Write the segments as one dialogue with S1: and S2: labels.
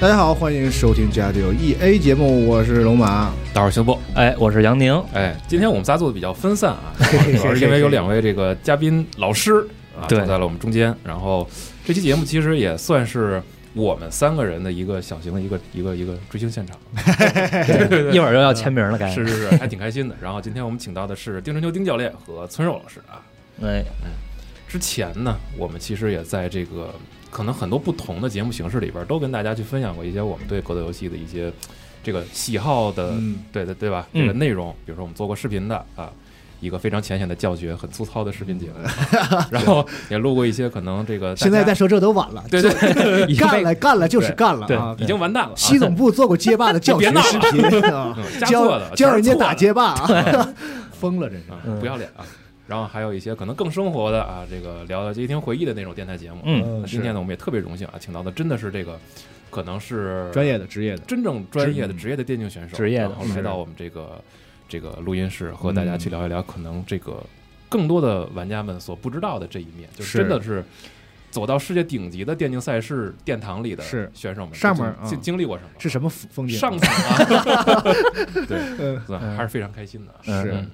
S1: 大家好，欢迎收听《家里有 E A》节目，我是龙马。
S2: 大伙儿行不？
S3: 哎，我是杨宁，
S2: 哎，今天我们仨做的比较分散 啊，主要是因为有两位这个嘉宾老师啊
S3: 对
S2: 坐在了我们中间。然后这期节目其实也算是我们三个人的一个小型的一个一个一个追星现场， 对对
S3: 一会儿又要签名了，该
S2: 是是是，还挺开心的。然后今天我们请到的是丁春秋丁教练和村肉老师啊。
S3: 哎，
S2: 之前呢，我们其实也在这个可能很多不同的节目形式里边儿，都跟大家去分享过一些我们对格斗游戏的一些这个喜好的
S1: 嗯，
S2: 对对对吧？
S3: 嗯
S2: 这个内容，比如说我们做过视频的啊，一个非常浅显的教学，很粗糙的视频节目，啊 然后也录过一些可能这个大家
S4: 嗯现在再说这都晚了，
S2: 对对已经
S4: 干了干了就是干了
S2: 对
S4: 啊！
S2: 已经完蛋了啊，
S4: 西总部做过街 霸的教学视频，啊
S2: 嗯加错的
S4: 教教人家打
S2: 全是
S4: 街霸
S2: 错
S4: 啊，
S2: 的啊
S4: 疯了真是。
S2: 啊
S3: 嗯
S2: 不要脸啊！然后还有一些可能更生活的啊，这个聊聊街听回忆的那种电台节目。
S3: 嗯，
S2: 那
S1: 呃
S2: 今天呢，我们也特别荣幸啊，请到的真的是这个可能是
S1: 专业的、职业的，
S2: 真正专业的
S1: 职
S2: 职业的电竞选手，
S3: 职业的
S2: 然后
S1: 是
S2: 来到我们这个这个录音室，和大家
S3: 嗯
S2: 去聊一聊可能这个更多的玩家们所不知道的这一面，就是
S1: 是
S2: 真的是走到世界顶级的电竞赛事殿堂里的
S1: 是
S2: 选手们，
S1: 上面
S3: 嗯
S2: 就经
S1: 啊
S2: 经历过什么，
S1: 是什么风景？
S2: 上场啊， 对，
S1: 嗯，
S2: 是吧
S3: 嗯
S2: 还是非常开心的啊。
S1: 是
S2: 嗯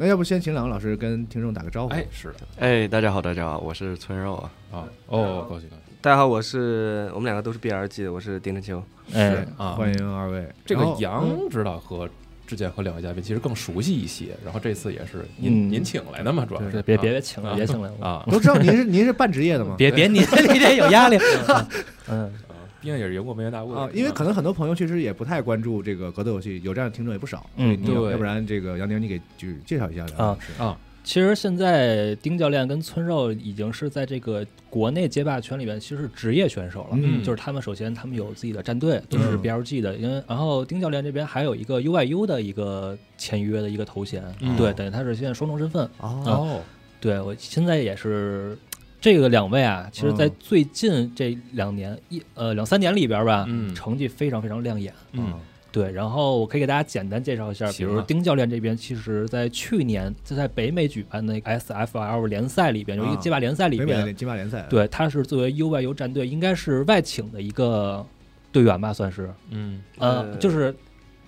S1: 那要不先请两个老师跟听众打个招
S3: 嗯
S1: 呼？
S2: 哎，是的
S5: 哎，大家好，大家好，我是村肉啊。
S2: 啊，哦，
S3: 嗯
S2: 高兴高兴
S5: 大家好，我是我们两个都是 BLG，我是丁晨秋。
S3: 哎，
S2: 啊！
S1: 欢迎二位。
S2: 这个
S3: 哦
S1: 然
S3: 嗯
S1: 后
S2: 杨指导和。之前和两位嘉宾其实更熟悉一些，然后这次也是您
S3: 嗯
S2: 您请来的嘛，主要
S3: 对
S2: 是
S3: 对别
S2: 啊
S3: 别别请了，
S2: 啊
S3: 别请了，我
S2: 啊，
S1: 都知道您是您是半职业的吗？
S3: 别别 你你这有压力， 嗯，
S2: 毕竟也是赢过梅园大会
S1: 啊，因为可能很多朋友确实也不太关注这个格斗游戏，有这样的听众也不少。
S3: 嗯
S1: 你要
S2: 对
S1: 要不然这个杨宁，你给就是介绍一下两位
S3: 啊
S1: 老师
S2: 啊，
S3: 其实现在丁教练跟村肉已经是在这个国内街霸圈里边，其实是职业选手了。
S2: 嗯
S3: 就是他们首先他们有自己的战队，都是 BLG 的，因为然后丁教练这边还有一个 UYU 的一个签约的一个头衔，
S2: 嗯
S3: 对，等于他是现在双重身份。
S1: 哦，
S2: 哦，
S3: 对我现在也是。这个两位啊，其实，在
S1: 嗯
S3: 最近这两年一呃两三年里边吧，
S2: 嗯
S3: 成绩非常非常亮眼。
S1: 啊
S2: 嗯
S3: 对，然后我可以给大家简单介绍一下，比
S2: 行啊
S3: 如丁教练这边，其实在去年就在北美举办的 SFL 联赛里边，有一
S1: 啊
S3: 个街霸联赛里
S1: 北美
S3: 边，
S1: 的金马联赛，，啊
S3: 对，他是作为 UYU 战队，应该是外请的一个队员吧，算是，
S2: 嗯
S3: 呃，
S5: 呃
S3: 就是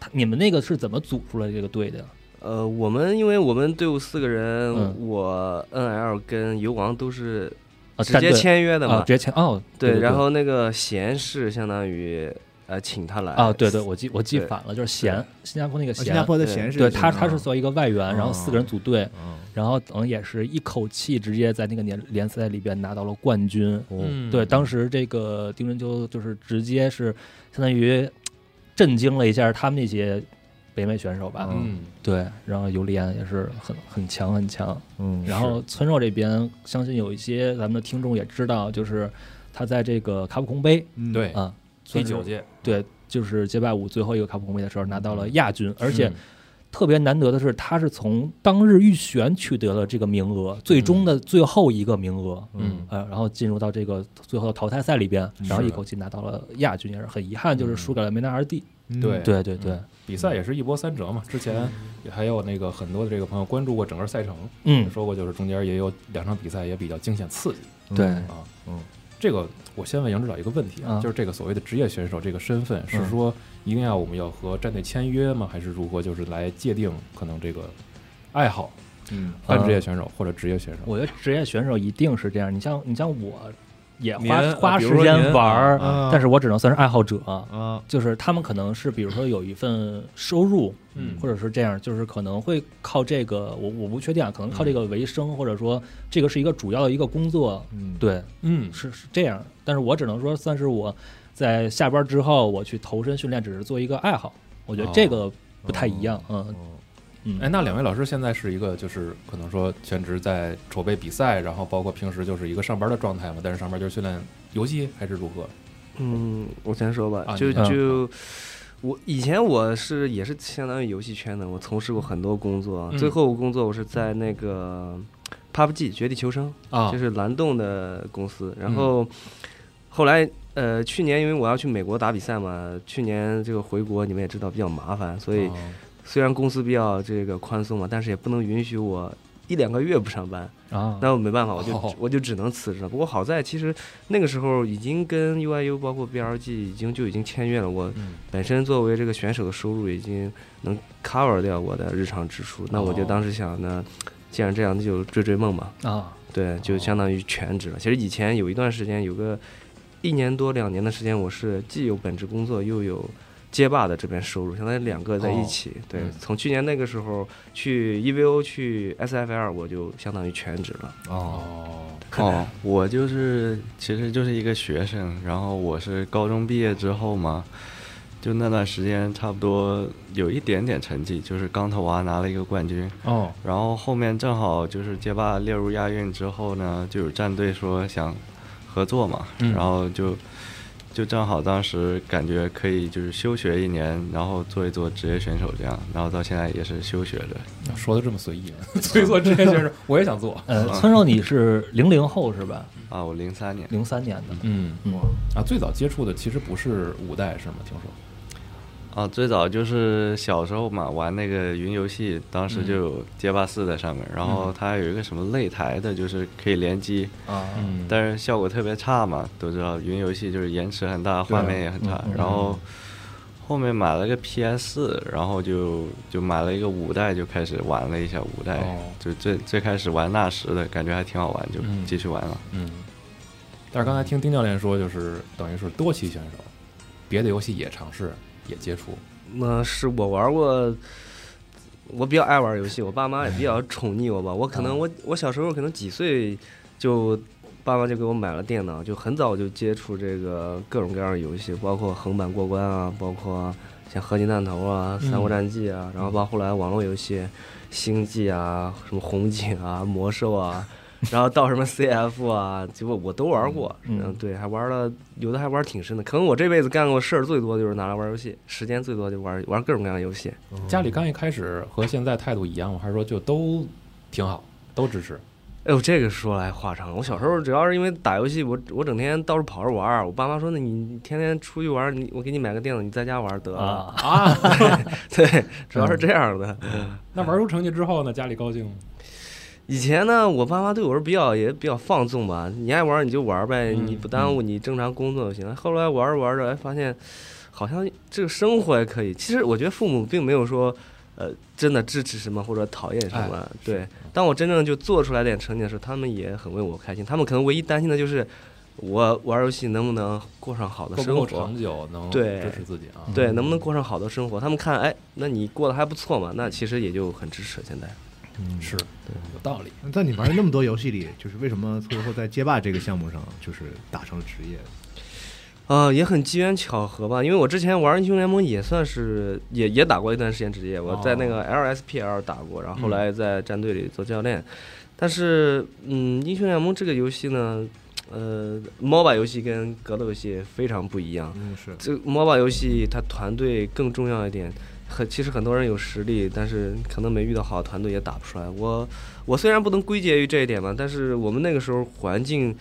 S3: 他你们那个是怎么组出来这个队的？
S5: 呃，我们因为我们队伍四个人，
S3: 嗯
S5: 我 NL 跟游王都是
S3: 啊，
S5: 直
S3: 战
S5: 接
S3: 队
S5: 签约的嘛。
S3: 啊，直接签哦，对，对
S5: 然后那个贤是相当于呃请他来
S3: 啊，对对，我记我记
S5: 对
S3: 反了，就是贤，新加坡那个
S1: 哦新加
S3: 贤，
S1: 坡的
S5: 对
S1: 贤是啊
S3: 对
S1: 行
S3: 他
S1: 的
S3: 他是作为一个外援，然后四个人组队，
S1: 啊
S3: 然后等也是一口气直接在那个年联赛里边拿到了冠军。
S1: 哦，
S3: 对，当
S2: 时
S3: 时这个丁春秋就是直接是相当于震惊了一下他们那些北美选手吧。
S1: 嗯
S2: 嗯
S3: 对，然后尤利安也是很很强很强。
S1: 嗯，
S3: 然后村肉这边，相信有一些咱们的听众也知道，就是他在这个卡普空杯
S1: 嗯
S2: 对
S3: 啊，
S2: 第
S3: 算是
S2: 九届，
S3: 对，就是街霸五最后一个卡普空杯的时候拿到了亚军，而且
S2: 嗯
S3: 特别难得的是，他是从当日预选取得了这个名额，最终的最后一个名额，
S2: 嗯
S3: 呃，然后进入到这个最后的淘汰赛里边，然后
S2: 是
S3: 一
S2: 的
S3: 口气拿到了亚军，也是很遗憾，就是输给了梅纳尔蒂。
S1: 嗯
S2: 对
S3: 对对对，
S2: 比赛也是一波三折嘛，之前也还有那个很多的这个朋友关注过整个赛程，
S3: 嗯，
S2: 说过就是中间也有两场比赛也比较惊险刺激
S3: 对，
S2: 啊，
S1: 嗯，
S2: 这个我先问杨指导一个问题啊，
S3: 啊
S2: 就是这个所谓的职业选手这个身份是说一定要我们要和战队签约吗？还是如何就是来界定可能这个爱好
S1: 嗯
S2: 半职业选手或者职业选手？
S3: 我觉得职业选手一定是这样。你像你像我，也花
S2: 您啊
S3: 花
S2: 比
S3: 时
S2: 如说您
S3: 间玩儿，
S1: 啊
S3: 但是我只能算是爱好者。
S1: 啊，
S3: 就是他们可能是，比如说有一份收入，
S2: 嗯
S3: 或者是这样，就是可能会靠这个，我我不确定啊，可能靠这个为生，或者说这个是一个主要的一个工作，
S1: 嗯，
S3: 对，
S2: 嗯
S3: 是是这样。但是我只能说，算是我在下班之后，我去投身训练，只是做一个爱好。我觉得这个不太一样，嗯
S1: 哦，
S2: 哎，
S3: 嗯，
S2: 那两位老师现在是一个，就是可能说全职在筹备比赛，然后包括平时就是一个上班的状态嘛，但是上班就是训练游戏还是如何？
S5: 嗯，我先说吧，
S2: 啊
S5: 就
S2: 你
S3: 先
S5: 就。我以前我是也是相当于游戏圈的，我从事过很多工作，
S2: 嗯
S5: 最后工作我是在那个 PUBG 绝地求生，
S2: 啊嗯
S5: 就是蓝洞的公司。然后后来呃，去年因为我要去美国打比赛嘛，去年这个回国你们也
S2: 啊哦
S5: 知道比较麻烦，所以虽然公司比较这个宽松嘛，但是也不能允许我一两个月不上班，
S3: 啊，
S5: 那我没办法，我就、
S2: 哦
S5: 我就只能辞职了。不过好在其实那个时候已经跟 UIU 包括 BLG 已经就已经签约了，我
S2: 嗯
S5: 本身作为这个选手的收入已经能 cover 掉我的日常支出。那我就
S2: 哦
S5: 当时想呢，既然这样，那就追追梦嘛，
S3: 啊，
S5: 对，就相当于全职了。其实以前有一段时间，有个一年多两年的时间，我是既有本职工作又有。街霸的这边收入相当于两个在一起，对
S2: 嗯，
S5: 从去年那个时候去 EVO 去 SFL，我就相当于全职了。
S1: 哦，
S2: 哦，
S6: 哦，我就是其实就是一个学生，然后我是高中毕业之后嘛，就那段时间差不多有一点点成绩，就是刚头娃拿了一个冠军，
S2: 哦，
S6: 然后后面正好就是街霸列入亚运之后呢，就有战队说想合作嘛，
S2: 嗯
S6: 然后就就正好当时感觉可以就是休学一年，然后做一做职业选手这样，然后到现在也是休学着。
S2: 哦说的这么随意啊呢， 所以做职业选手，我也想做。
S3: 呃，村上你是零零后是吧？
S6: 啊，我零三年，
S3: 零三年的，
S2: 嗯
S3: 嗯
S2: 啊，最早接触的其实不是五代是吗？听说
S6: 啊，最早就是小时候嘛，玩那个云游戏，当时
S2: 嗯
S6: 就有街霸四在上面，然后它有一个什么擂台的，就是可以联机，
S3: 啊，
S2: 嗯
S6: 但是效果特别差嘛，都知道云游戏就是延迟很大，
S2: 对
S6: 画面也很差
S2: 嗯嗯。
S6: 然后后面买了个 PS 四，然后就就买了一个五代，就开始玩了一下五代，
S2: 哦
S6: 就最最开始玩纳什的感觉还挺好玩，就
S2: 嗯
S6: 继续玩了。
S2: 嗯，但是刚才听丁教练说，就是等于是多期选手，别的游戏也尝试也接触，
S5: 那是我玩过，我比较爱玩游戏，我爸妈也比较宠溺我吧。我可能我我小时候可能几岁就爸妈就给我买了电脑，就很早就接触这个各种各样的游戏，包括横版过关啊，包括像合金弹头啊、
S2: 嗯
S5: 三国战记啊，然后包括后来网络游戏，星际啊、什么红警啊、魔兽啊。然后到什么 CF 啊，结果我都玩过，
S3: 嗯
S5: 嗯，对，还玩了，有的还玩挺深的。可能我这辈子干过事儿最多就是拿来玩游戏，时间最多就玩玩各种各样的游戏。
S2: 家里刚一开始和现在态度一样吗？还是说就都挺好，都支持？
S5: 哎呦，这个说来话长了。我小时候主要是因为打游戏，我我整天到处跑着玩儿。我爸妈说，那你你天天出去玩儿，你我给你买个电脑，你在家玩儿得了。
S3: 啊
S2: 啊，
S5: 对，主要是这样的。
S2: 那玩出成绩之后呢？家里高兴吗？
S5: 以前呢，我爸妈对我是比较也比较放纵吧，你爱玩儿你就玩儿呗，
S2: 嗯
S5: 你不耽误你正常工作就行。后来玩着玩着，哎，发现好像这个生活还可以。其实我觉得父母并没有说，呃，真的支持什么或者讨厌什么。对，当我真正就做出来点成绩的时候，他们也很为我开心。他们可能唯一担心的就是我玩游戏能不能过上好
S2: 够
S5: 的
S2: 不
S5: 生
S2: 够
S5: 活，
S2: 长久，能
S5: 对嗯
S2: 支持自己啊？
S5: 对，能不能过上好的生活？他们看，哎，那你过得还不错嘛，那其实也就很支持。现在。
S1: 嗯
S2: 是，有道理。
S4: 在你玩的那么多游戏里，就是为什么最后在街霸这个项目上就是打成了职业？
S5: 呃，也很机缘巧合吧，因为我之前玩英雄联盟也算是也也打过一段时间职业，我在那个 LSPL 打过，然后后来在战队里做教练。但是，嗯，英雄联盟这个游戏呢，呃，MOBA 游戏跟格斗游戏非常不一样。
S4: 嗯，是
S5: 这个 MOBA 游戏它团队更重要一点，很其实很多人有实力，但是可能没遇到好的团队也打不出来。我我虽然不能归结于这一点吧，但是我们那个时候环境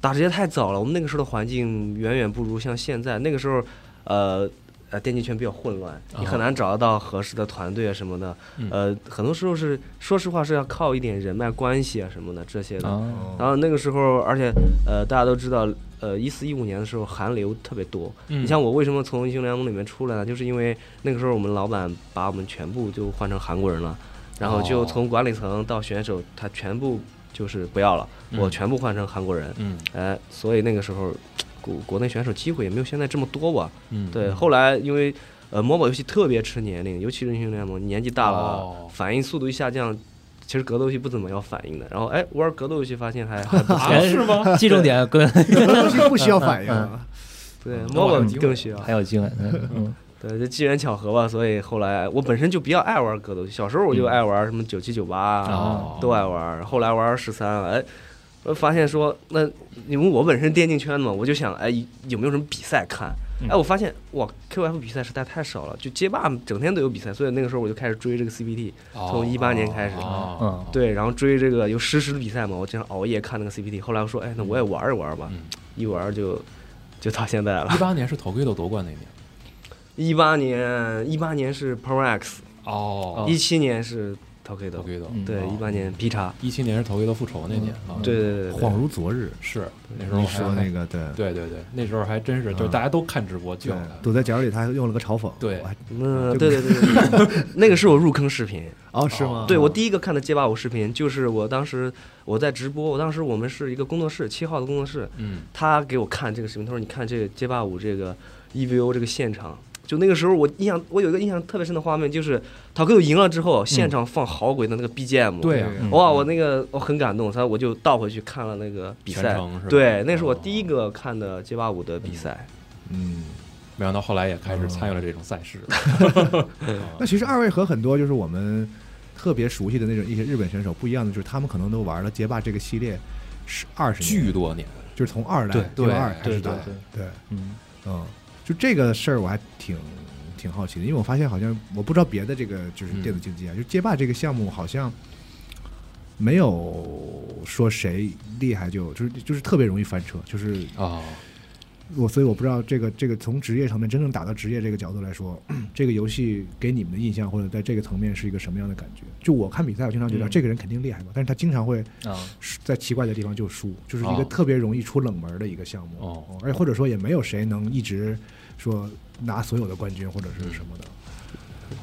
S5: 打职业太早了，我们那个时候的环境远远不如像现在。那个时候，呃。呃，电竞圈比较混乱，你很难找得到合适的团队啊什么的。
S2: 嗯
S5: 呃，很多时候是，说实话是要靠一点人脉关系啊什么的这些的。
S3: 哦
S1: 哦
S2: 啊，
S5: 然后那个时候，而且呃，大家都知道，呃，一四一五年的时候韩流特别多。
S2: 你
S5: 你像我为什么从英雄联盟里面出来呢？就是因为那个时候我们老板把我们全部就换成韩国人了，然后就
S2: 哦
S5: 从管理层到选手，他全部就是不要了，
S2: 嗯
S5: 我全部换成韩国人。
S2: 嗯
S5: 哎，所以那个时候国国内选手机会也没有现在这么多吧？
S2: 嗯，
S5: 对，后来因为呃，MOBA 游戏特别吃年龄，尤其是英雄联盟，年纪大了，啊
S2: 哦
S5: 反应速度一下降，其实格斗游戏不怎么要反应的。然后哎，玩格斗游戏发现还还 不错，
S2: 啊是吗？
S3: 哎记重点跟。
S4: 游戏不需要反应啊，
S5: 对
S2: 那我有
S5: MOBA
S2: 机会
S5: 更需要
S3: 还有经验，嗯
S5: 对，这机缘巧合吧，所以后来我本身就比较爱玩格斗，小时候我就爱玩什么九七九八啊，
S2: 嗯哦
S5: 都爱玩，后来玩十三，哎，我发现说那因为我本身电竞圈的嘛，我就想哎有没有什么比赛看
S3: 嗯。
S5: 哎，我发现哇，QF 比赛实在太少了，就街霸整天都有比赛，所以那个时候我就开始追这个 CPT，从18年开始
S2: 哦
S3: 嗯，
S5: 对，然后追这个有实时的比赛嘛，我经常熬夜看那个 CPT。后来我说，哎，那我也玩一玩吧，
S2: 嗯
S5: 一玩就就到现在了。
S2: 一八年是头盔斗夺冠那年
S5: 一八年，一八年是 Pro X，
S2: 哦
S5: 一七年是 Tokido，
S2: Tokido，
S3: 嗯
S5: 对，一八年 P 叉，
S2: 哦一七年是 Tokido 复仇那年啊，
S5: 对对对对对，
S1: 恍如昨日，
S2: 是那时候
S1: 你
S2: 还
S1: 说那个对
S2: 对对对，那时候还真是，就是
S1: 嗯
S2: 大家都看直播就
S1: 对
S2: 有他，
S1: 躲在角里，他还用了个嘲讽，
S2: 对
S1: 我还
S5: 嗯，对对对对对，那个是我入坑视频，
S1: 哦是吗？
S5: 对我第一个看的街霸舞视频，就是我当时我在直播，我当时我们是一个工作室，七号的工作室，
S2: 嗯，
S5: 他给我看这个视频，他说你看这个街霸舞这个 EVO 这个现场。就那个时候，我印象，我有一个印象特别深的画面，就是陶哥赢了之后，现场放好鬼的那个 BGM，、
S2: 对啊，
S1: 嗯
S5: 哇，我那个我很感动，所以我就倒回去看了那个比
S2: 全
S5: 赛
S2: 程是吧，哦
S5: 对，那是我第一个看的街霸舞的比赛。
S1: 嗯。
S2: 没想到后来也开始
S5: 嗯
S2: 参与了这种赛 事，
S1: 那其实二位和很多就是我们特别熟悉的那种一些日本选手不一样的，就是他们可能都玩了街霸这个系列是二十
S2: 巨
S1: 年，
S2: 多年，
S1: 就是从二代
S2: 对
S1: 街霸二开
S3: 对
S1: 始
S3: 对
S1: 打，
S3: 对，
S1: 对，
S3: 嗯，
S1: 嗯，就这个事儿我还挺挺好奇的，因为我发现好像我不知道别的这个就是
S2: 嗯
S1: 电子竞技啊，就街霸这个项目好像没有说谁厉害就就是就是特别容易翻车，就是
S2: 啊，
S1: 我所以我不知道这个这个从职业层面真正打到职业这个角度来说， 这个游戏给你们的印象或者在这个层面是一个什么样的感觉？就我看比赛，我经常觉得
S3: 嗯
S1: 这个人肯定厉害嘛，但是他经常会
S3: 啊，
S1: 输在奇怪的地方就输，就是一个
S2: 哦
S1: 特别容易出冷门的一个项目，
S2: 哦
S1: 哦而或者说也没有谁能一直说拿所有的冠军或者是什么的。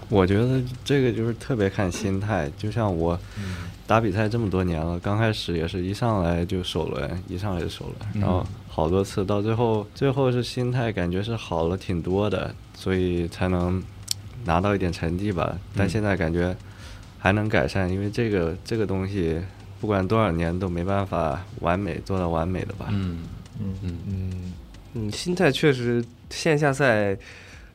S6: 我觉得这个就是特别看心态，就像我打比赛这么多年了，刚开始也是一上来就首轮，一上来就首轮，然后好多次，到最后最后是心态感觉是好了挺多的，所以才能拿到一点成绩吧。但现在感觉还能改善，因为这个这个东西不管多少年都没办法完美做到完美的吧。
S2: 嗯嗯
S1: 嗯，
S5: 嗯，心态确实线下赛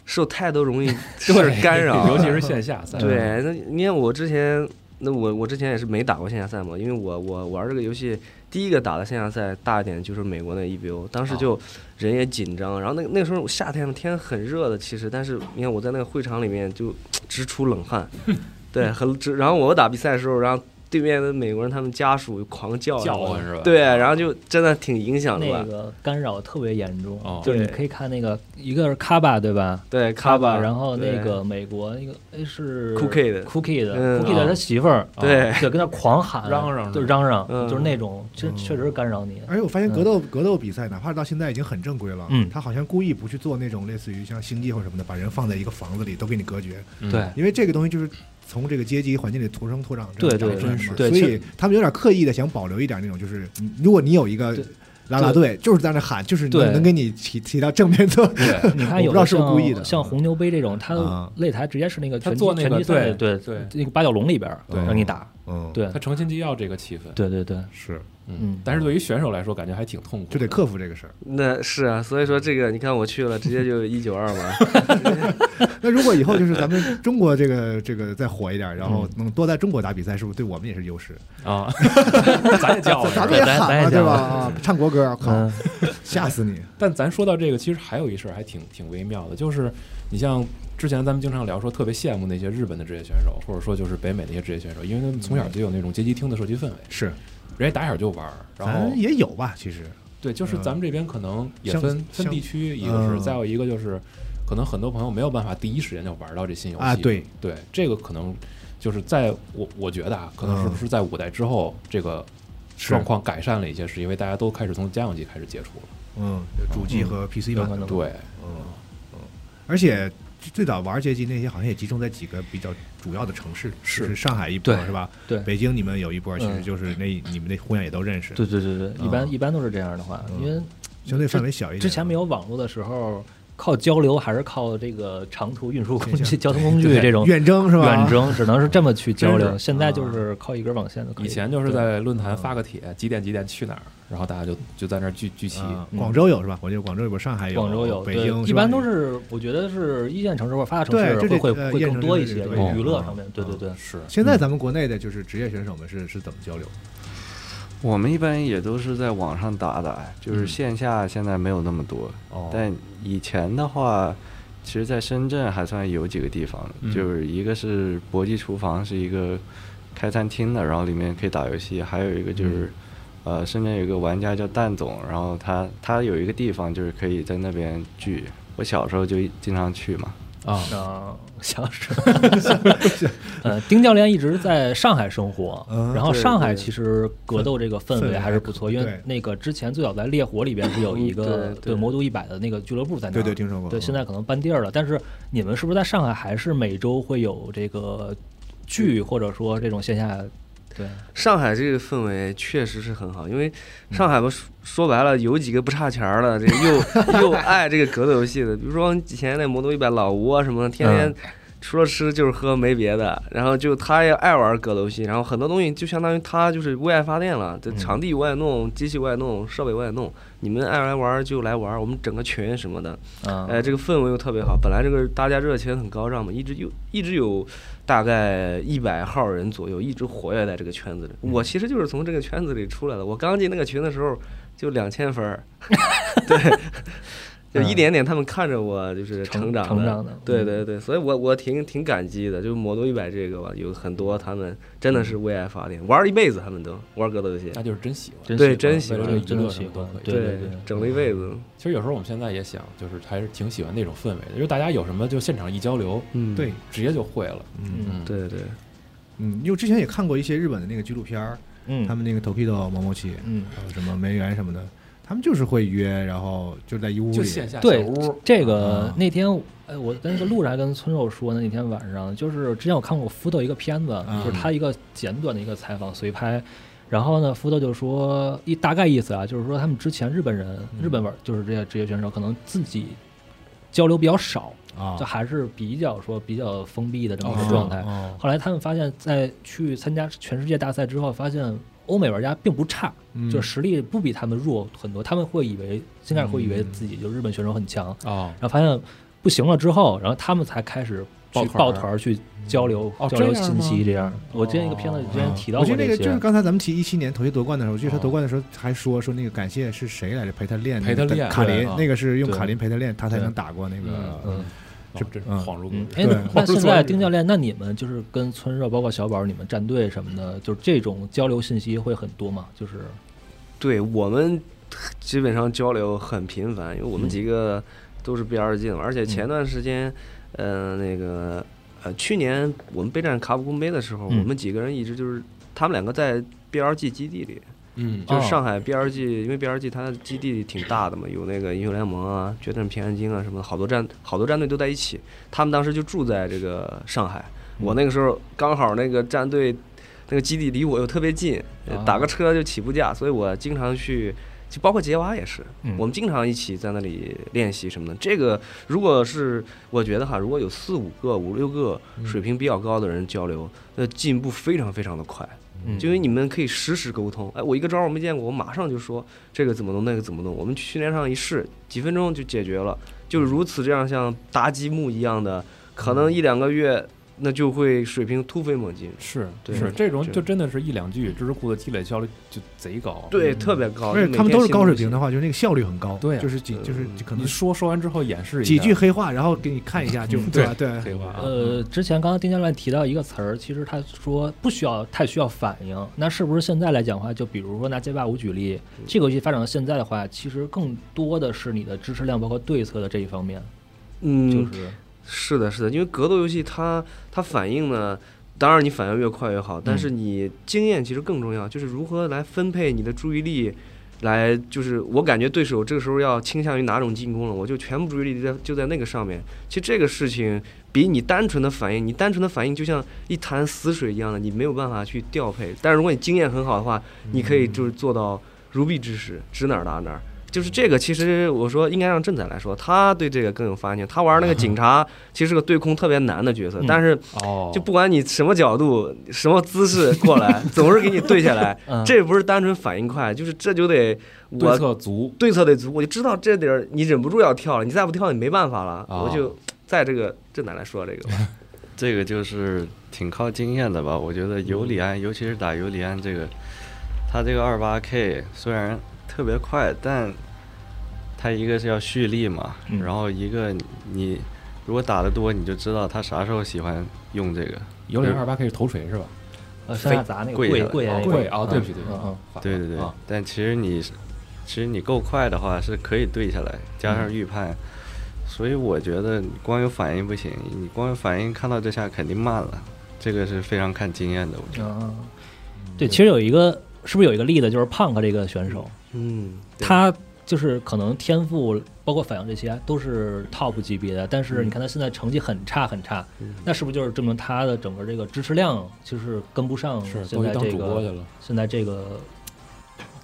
S5: 受太多容易 事
S2: 对，
S5: 干扰了， 啊
S2: 尤其是线下赛，
S5: 对。那你看我之前，那我我之前也是没打过线下赛嘛，因为我我玩这个游戏第一个打的线下赛大一点就是美国那 EVO，当时
S3: 哦
S5: 就人也紧张，然后那个那个时候夏天天很热的，其实但是你看我在那个会场里面就直出冷 汗，对，很直。然后我打比赛的时候，然后。对面的美国人，他们家属狂叫
S2: 叫
S5: 我
S2: 唤是吧
S5: 对，然后就真的挺影响的
S3: 那
S5: 吧。
S3: 个干扰特别严重
S2: 哦，
S3: 就是你
S5: 对
S3: 可以看那个，一个是卡巴对吧？
S5: 对，卡巴，
S3: 然后那
S5: 对
S3: 个美国那个哎是
S5: Cookie 的
S3: Cookie 的
S5: 嗯
S3: Cookie 的他媳妇儿，啊
S5: 对
S3: 对，跟那狂喊
S2: 嚷嚷
S3: 就嚷嚷，
S5: 嗯
S3: 就是那种，确
S1: 嗯
S3: 确实是干扰你。
S1: 而且我发现格斗、格斗比赛，哪怕到现在已经很正规了，
S3: 嗯
S1: 他好像故意不去做那种类似于像星际或者什么的，把人放在一个房子里都给你隔绝，
S2: 嗯
S5: 对
S1: 因为这个东西就是从这个阶级环境里土生土长这
S3: 对
S1: 样
S3: 对
S1: 长出来的嘛
S3: 对
S1: 所
S3: 其
S1: 以
S3: 实
S1: 他们有点刻意的想保留一点那种，就是你如果你有一个
S3: 对
S1: 啦啦队，就是在那喊，就是
S3: 对
S1: 能能给你起起到正面作用。
S2: 对，
S3: 你
S1: 我
S3: 看有
S1: 不知道
S3: 的
S1: 是不是
S3: 像
S1: 故意的
S3: 像红牛杯这种，
S1: 啊
S3: 它擂台直接是那个
S2: 他
S3: 拳击
S2: 做那个
S3: 拳击赛的
S2: 对
S3: 对
S2: 对
S3: 那个八角笼里边儿
S1: 对
S3: 让你打，
S1: 嗯，，
S3: 对
S2: 他诚心就要这个气氛，
S3: 对对对，
S1: 是
S2: 嗯
S3: 嗯，
S2: 但是对于选手来说，感觉还挺痛苦，
S1: 就得克服这个事儿。
S5: 那是啊，所以说这个你看我去了，直接就一九二嘛。
S1: 那如果以后就是咱们中国这个这个再火一点，然后
S3: 嗯
S1: 能多在中国打比赛，是不是对我们也是优势？
S2: 啊，咱也叫
S1: 咱
S2: 唤
S1: 们
S2: 是
S1: 也
S2: 吧。
S1: 喊
S3: 哦咱
S1: 嘛，
S3: 也
S1: 对
S3: 叫
S1: 吧？啊，唱国歌，靠，
S3: 嗯
S1: 吓死你！
S2: 但咱说到这个，其实还有一事儿还挺挺微妙的，就是你像之前咱们经常聊说特别羡慕那些日本的职业选手，或者说就是北美的一些职业选手，因为他们从小
S1: 嗯
S2: 就有那种街机厅的射击氛围，
S1: 是，
S2: 人家打小就玩儿，然后
S1: 咱也有吧？其实，
S2: 对，就是咱们这边可能也
S1: 像
S2: 分分
S1: 像
S2: 地区，一个是，
S1: 嗯
S2: 再有一个就是，可能很多朋友没有办法第一时间就玩到这新游戏
S1: 啊对
S2: 对，这个可能就是在我我觉得啊，可能是不
S1: 嗯
S2: 是在五代之后这个
S1: 是
S2: 状况改善了一些，是因为大家都开始从家用机开始接触了，
S1: 嗯，主机和 PC
S3: 有
S1: 版
S3: 可能
S2: 对，
S1: 嗯，嗯，而且最早玩街机那些好像也集中在几个比较主要的城市，
S2: 是
S1: 就是上海一波
S3: 对
S1: 是吧？
S3: 对
S1: 北京你们有一波，
S3: 嗯
S1: 其实就是那你们那互相也都认识，
S3: 对对对对，一
S1: 啊
S3: 般一般都是这样的话，因为
S1: 相对范围小一点。
S3: 之前没有网络的时候，靠交流还是靠这个长途运输工
S1: 线
S3: 具、
S1: 下
S3: 交通工具
S1: 对
S3: 这种
S1: 远征是吧？嗯
S3: 远征，只能是这么去
S1: 真
S3: 交流。
S1: 是啊
S3: 现在就是靠一根网线就可以。
S2: 以前就是在论坛发个帖，几点几点去哪儿，然后大家就就在那儿聚聚齐，
S1: 啊，
S3: 嗯
S1: 广州有是吧？我记得广州有波，上海有，
S3: 广州有，
S1: 北
S3: 对
S1: 京吧
S3: 一般都是我觉得是一线城市或者发达城
S1: 对
S3: 市
S1: 这这
S3: 会会
S1: 呃
S3: 会
S1: 一线
S3: 更
S1: 城
S3: 多
S1: 市
S3: 一
S1: 这
S3: 些
S1: 这
S2: 这
S3: 娱乐上面
S1: 嗯，
S3: 对对对，
S2: 是
S1: 现
S3: 嗯
S1: 在咱们国内的就是职业选手们是是怎么交流？
S6: 我们一般也都是在网上打打，就是线下现在没有那么多。
S1: 哦
S6: 但以前的话，其实在深圳还算有几个地方，
S2: 嗯
S6: 就是一个是搏击厨房，是一个开餐厅的，然后里面可以打游戏；还有一个就是，呃，深圳有一个玩家叫蛋总，然后他他有一个地方就是可以在那边聚。我小时候就一经常去嘛，
S2: 啊
S3: 嗯，想是， 呃，丁教练一直在上海生活，
S4: 嗯
S3: 然后
S5: 对
S3: 上海
S5: 对
S3: 其实格斗这个氛
S4: 氛
S3: 围
S4: 围
S3: 还是不错，因为
S4: 对
S3: 那个之前最早在烈火里边是有一个
S5: 嗯对对
S3: 魔都一百的那个俱乐部在那
S1: 对
S3: 儿，
S1: 对，听说过。
S3: 对，现在可能搬地儿了，但是你们是不是在上海还是每周会有这个剧或者说这种线下？对，
S5: 上海这个氛围确实是很好，因为上海吧说说白了有几个不差钱儿的，这个又又爱这个格斗游戏的，比如说以前那魔都一百老吴啊什么的，天天除了吃就是喝没别的，然后就他也爱玩格斗游戏，然后很多东西就相当于他就是为爱发电了，这场地我也弄，机器我也弄，设备我也弄，你们爱来玩就来玩，我们整个群什么的，
S3: 嗯，
S5: 哎，这个氛围又特别好。本来这个大家热情很高涨嘛，一直有一直有大概一百号人左右，一直活跃在这个圈子里。
S3: 嗯
S5: 我其实就是从这个圈子里出来的。我刚进那个群的时候就两千 分儿，对，就一点点他们看着我就是
S3: 嗯成
S5: 长
S3: 成
S5: 的
S3: 长的嗯
S5: 对对对，所以我我挺挺感激的。就是魔都一百这个吧，有很多他们真的是
S3: 嗯
S5: 为爱发电，玩儿一辈子，他们都玩格斗游戏，
S2: 那就是真喜欢。
S3: 啊真
S5: 对
S3: 喜欢
S5: 真喜
S3: 为了
S5: 欢
S3: 这个娱
S2: 真
S3: 乐
S2: 的
S3: 什
S2: 喜
S3: 么
S2: 欢
S3: 都可以
S2: 对
S3: 对对对。
S5: 整了一辈子。
S2: 其实有时候我们现在也想，就是还是挺喜欢那种氛围的，因为大家有什么就现场一交流，
S5: 嗯，
S4: 对，
S2: 直接就会了。
S3: 嗯
S2: 嗯，
S5: 对对，
S1: 嗯，因为之前也看过一些日本的那个纪录片儿，
S3: 嗯
S1: 他们那个 Tokido 毛毛奇，
S3: 嗯，
S1: 还有什么梅园什么的，他们就是会约，然后就在一屋
S2: 就
S1: 里。
S2: 线下小
S3: 对
S2: 屋，
S3: 这个那天，哎，我在那个路上还跟村肉说呢，那天晚上就是之前我看过福豆一个片子，
S1: 嗯
S3: 就是他一个简短的一个采访随拍。然后呢，福豆就说一大概意思啊，就是说他们之前日本人、日本玩就是这些职业选手，可能自己交流比较少，
S1: 啊
S3: 就，还是比较说比较封闭的这么一
S1: 哦
S3: 个状态。
S1: 哦
S3: 后来他们发现，在去参加全世界大赛之后，发现欧美玩家并不差，
S1: 嗯
S3: 就实力不比他们弱很多。他们会以为现在会以
S1: 嗯
S3: 为自己就日本选手很强，
S2: 哦
S3: 然后发现不行了之后，然后他们才开始抱
S2: 去团儿
S3: 抱团儿去交流、
S1: 嗯
S2: 哦
S3: 交流
S2: 这样
S3: 信
S2: 吗
S3: 息。这样，我记得一个片子之前提
S1: 哦
S3: 到
S1: 我
S3: 过
S1: 觉得那个
S3: 这些。
S1: 就是刚才咱们提一七年头一夺冠的时候，我记得他
S2: 哦
S1: 夺冠的时候还说说那个感谢是谁来着陪他练那
S2: 陪他
S1: 个
S2: 练
S1: 卡林
S2: 对啊
S1: 那个是用
S3: 对
S1: 卡林陪他练，他才
S3: 对
S1: 能打过那个
S3: 嗯
S2: 这真是
S1: 嗯
S2: 恍如
S3: 嗯
S2: 隔，
S3: 哎
S2: 世。
S1: 对，
S3: 那现在丁教练，那你们就是跟村热，包括小宝，你们战队什么的，就是这种交流信息会很多吗？就是
S5: 对我们基本上交流很频繁，因为我们几个都是 B 二进，而且前段时间，呃，那个呃，去年我们备战卡普空杯的时候，
S3: 嗯
S5: 我们几个人一直就是他们两个在 B 二 G 基地里，
S2: 嗯
S5: 就
S3: 哦
S5: 是上海 B 二 G，因为 B 二 G 它的基地挺大的嘛，有那个英雄联盟啊、决战平安京啊什么的，好多战好多战队都在一起。他们当时就住在这个上海，
S3: 嗯
S5: 我那个时候刚好那个战队那个基地离我又特别近，呃
S3: 啊
S5: 打个车就起步价，所以我经常去，就包括杰娃也是，
S3: 嗯
S5: 我们经常一起在那里练习什么的。这个如果是我觉得哈，如果有四五个、五六个
S3: 嗯
S5: 水平比较高的人交流，那进步非常非常的快。
S3: 嗯
S5: 就因为你们可以实时沟通。哎，我一个招儿我没见过，我马上就说这个怎么弄，那个怎么弄。我们去训练场一试，几分钟就解决了，就如此这样像搭积木一样的，可
S1: 嗯
S5: 能一两个月那就会水平突飞猛进，
S2: 是
S5: 对
S2: 是这种
S5: 这
S2: 就真的是一两句知识库的积累效率就贼高。
S5: 对，特别高。
S1: 而且
S5: 就
S1: 嗯
S5: 每
S1: 他们
S5: 天
S1: 都是
S5: 新
S1: 高
S5: 东
S1: 水
S5: 西
S1: 平的话，就是那个效率很高，
S2: 对啊
S1: 就是几就是
S5: 嗯
S1: 可
S2: 你
S1: 能
S2: 说说完之后演示一
S1: 几
S2: 下嗯
S1: 句黑话，然后给你看一下就对吧？对，
S2: 黑话啊，
S3: 呃，之前刚刚丁教练提到一个词儿，其实他说不需要太需要反应。那是不是现在来讲的话，就比如说拿街霸五举例，
S2: 嗯
S3: 这个游戏发展到现在的话，其实更多的是你的支持量，包括对策的这一方面，就
S5: 嗯，
S3: 是
S5: 是的，是的，因为格斗游戏它它反应呢，当然你反应越快越好，
S1: 嗯
S5: 但是你经验其实更重要，就是如何来分配你的注意力，来就是我感觉对手这个时候要倾向于哪种进攻了，我就全部注意力在就在那个上面。其实这个事情比你单纯的反应，你单纯的反应就像一潭死水一样的，你没有办法去调配。但是如果你经验很好的话，你可以就是做到如臂之使，指哪儿打哪儿。就是这个，其实我说应该让郑仔来说，他对这个更有发言。他玩那个警察，其实是个对空特别难的角色
S3: 嗯，
S5: 但是
S2: 哦，
S5: 就不管你什么角度、什么姿势 过来，总是给你对下来
S3: 嗯。
S5: 这不是单纯反应快，就是这就得
S2: 对
S5: 我
S2: 策足，
S5: 对策得足，我就知道这点儿你忍不住要跳了，你再不跳你没办法了。
S2: 哦
S5: 我就在这个郑仔来说这个吧，
S6: 这个就是挺靠经验的吧？我觉得尤里安，尤其是打尤里安这个，他这个二八 K 虽然特别快，但他一个是要蓄力嘛，
S3: 嗯
S6: 然后一个你如果打得多，你就知道他啥时候喜欢用这个。
S2: 有点二八 K 是头锤是吧？
S3: 呃向下砸那个
S6: 跪
S3: 跪
S6: 下
S3: 跪下那个
S2: 跪啊，对不起
S3: 嗯
S2: 对不起
S3: 嗯嗯，
S2: 反了
S6: 对对对
S2: 啊，
S6: 但其实你是，其实你够快的话是可以对下来，加上预判，所以我觉得光有反应不行，你光有反应看到这下肯定慢了，这个是非常看经验的，我觉得。
S3: 啊，
S2: 嗯
S3: 对，其实有一个是不是有一个例子，就是胖克这个选手，
S5: 嗯，对
S3: 他就是可能天赋包括反应这些都是 top 级别的，但是你看他现在成绩很差很差，那是不是就是证明他的整个这个支持量就是跟不上
S2: 是
S3: 嗯现
S2: 都去
S3: 在
S2: 当
S3: 这
S2: 主播去
S3: 个
S2: 了，
S3: 现在这个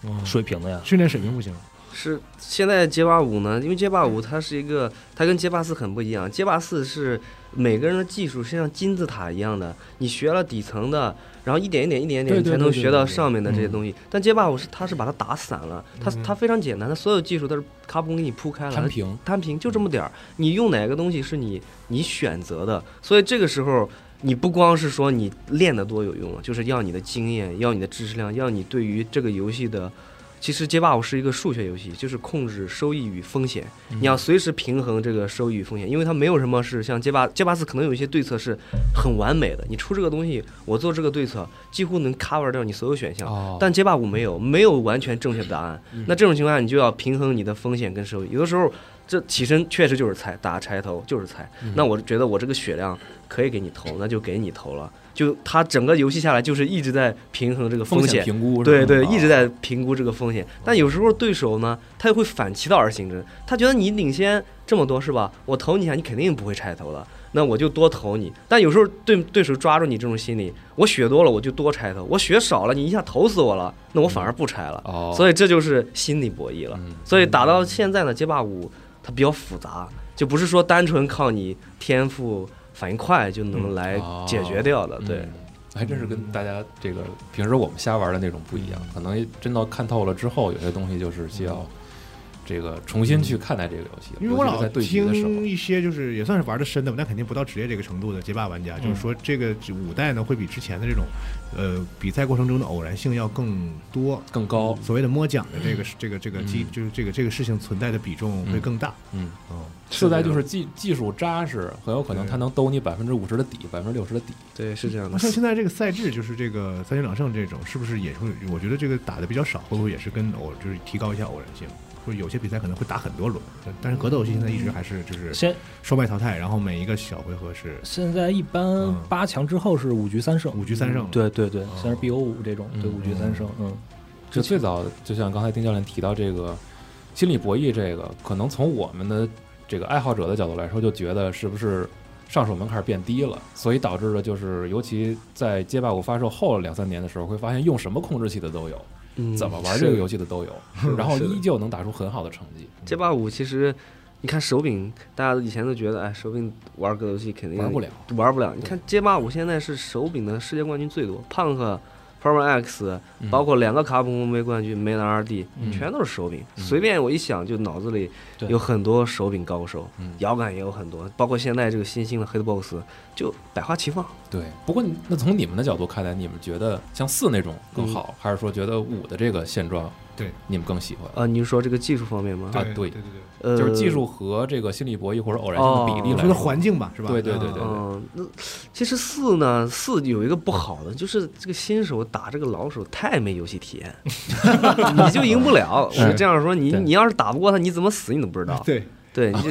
S2: 嗯
S3: 水平的呀？
S4: 训练水平不行，
S5: 是现在街霸五呢，因为街霸五它是一个，它跟街霸四很不一样。街霸四是每个人的技术是像金字塔一样的，你学了底层的，然后一点一点一点一点
S2: 对
S5: 你
S2: 对
S5: 才能
S2: 对对
S5: 学到
S2: 对对
S5: 上面的这些东西。但街霸五是它是把它打散了，它它非常简单，它所有技术它是咔嘣给你铺开了，它
S2: 摊嗯平，
S5: 摊平就这么点儿，你用哪个东西是你你选择的，所以这个时候你不光是说你练得多有用了，就是要你的经验，要你的知识量，要你对于这个游戏的。其实街霸五是一个数学游戏，就是控制收益与风险，你要随时平衡这个收益与风险，因为它没有什么是像街霸街霸四可能有一些对策是很完美的，你出这个东西，我做这个对策几乎能 cover 掉你所有选项，
S2: 哦
S5: 但街霸五没有，没有完全正确的答案。那这种情况下，你就要平衡你的风险跟收益。有的时候，这起身确实就是菜，打柴头就是菜。那我觉得我这个血量可以给你投，那就给你投了。就他整个游戏下来，就是一直在平衡这个
S2: 风
S5: 险。
S2: 评估是
S5: 对
S2: 吧
S5: 对，
S2: 啊
S5: 一直在评估这个风险，但有时候对手呢，他又会反其道而行之，他觉得你领先这么多是吧？我投你一下，你肯定不会拆头了，那我就多投你。但有时候对对手抓住你这种心理，我血多了我就多拆头，我血少了你一下投死我了，那我反而不拆了。
S2: 哦，嗯
S5: 所
S2: 以
S5: 以这就是心理博弈了。所以打到现在呢，街霸五它比较复杂，就不是说单纯靠你天赋反应快就能来解决掉的。对，
S2: 哦嗯，还真是跟大家这个平时我们瞎玩的那种不一样，可能真到看透了之后，有些东西就是需要这个重新去看待这个游戏了，
S4: 因为我
S2: 尤其是
S4: 老
S2: 在对局的时候
S4: 听，一些就是也算是玩的深的，但肯定不到职业这个程度的街霸玩家，
S2: 嗯
S4: 就是说这个五代呢会比之前的这种，呃，比赛过程中的偶然性要更多，
S2: 更高，
S4: 嗯所谓的摸奖的这个这个这个机
S2: 嗯
S4: 就是这个这个事情存在的比重会更大，
S2: 嗯，
S4: 嗯，
S2: 四代就是技技术扎实，很有可能它能兜你百分之五十的底，百分之六十的底，
S5: 对，是这样
S4: 那 像现在这个赛制，就是这个三局两胜这种，是不是也会？我觉得这个打的比较少，会不会也是跟偶就是提高一下偶然性？或者有些比赛可能会打很多轮，但但是格斗游戏现在一直还是
S2: 嗯
S4: 就是
S3: 现
S4: 双败淘汰，然后每一个小回合是
S3: 现在一般
S4: 嗯
S3: 八强之后是五局三胜，嗯
S4: 五局三胜。，
S3: 对对对，像是 BO 五这种，对
S2: 嗯
S3: 五局三胜，嗯，
S2: 就最早，就像刚才丁教练提到这个心理博弈，这个可能从我们的这个爱好者的角度来说，就觉得是不是上手门槛变低了，所以导致的就是，尤其在街霸五发售后两三年的时候，会发现用什么控制器的都有，
S5: 嗯
S2: 怎么玩这个游戏的 都有，然后依旧能打出很好的成绩。
S5: 街霸五其实，你看手柄，大家以前都觉得，哎，手柄玩格斗游戏肯定
S2: 嗯玩不了，
S5: 玩不了。你看街霸五现在是手柄的世界冠军最多，Punk、Power X，
S2: 嗯
S5: 包括两个卡普空杯冠军梅兰 RD，、
S2: 嗯
S5: 全都是手柄。
S2: 嗯
S5: 随便我一想，就脑子里
S2: 对
S5: 有很多手柄高手
S2: 嗯，
S5: 摇杆也有很多，包括现在这个新兴的 Hitbox，就百花齐放。
S2: 对，不过你那从你们的角度看来，你们觉得像四那种更
S5: 嗯
S2: 好，还是说觉得五的这个现状，
S4: 对
S2: 你们更喜欢？
S5: 呃，你是说这个技术方面吗？
S2: 啊
S4: 对对
S2: 对
S4: 对对，
S5: 呃，
S2: 就是技术和这个心理博弈或者偶然性的比例
S5: 哦
S2: 来
S4: 说的
S2: 说，
S4: 环境吧，是吧？
S2: 对对对对
S4: 啊
S5: 嗯，那其实四呢，四有一个不好的，就是这个新手打这个老手太没游戏体验， 你就赢不了。
S2: 是
S5: 我这样说，你
S2: 对
S5: 你要是打不过他，你怎么死你都不知道。
S4: 啊对，
S5: 对，你就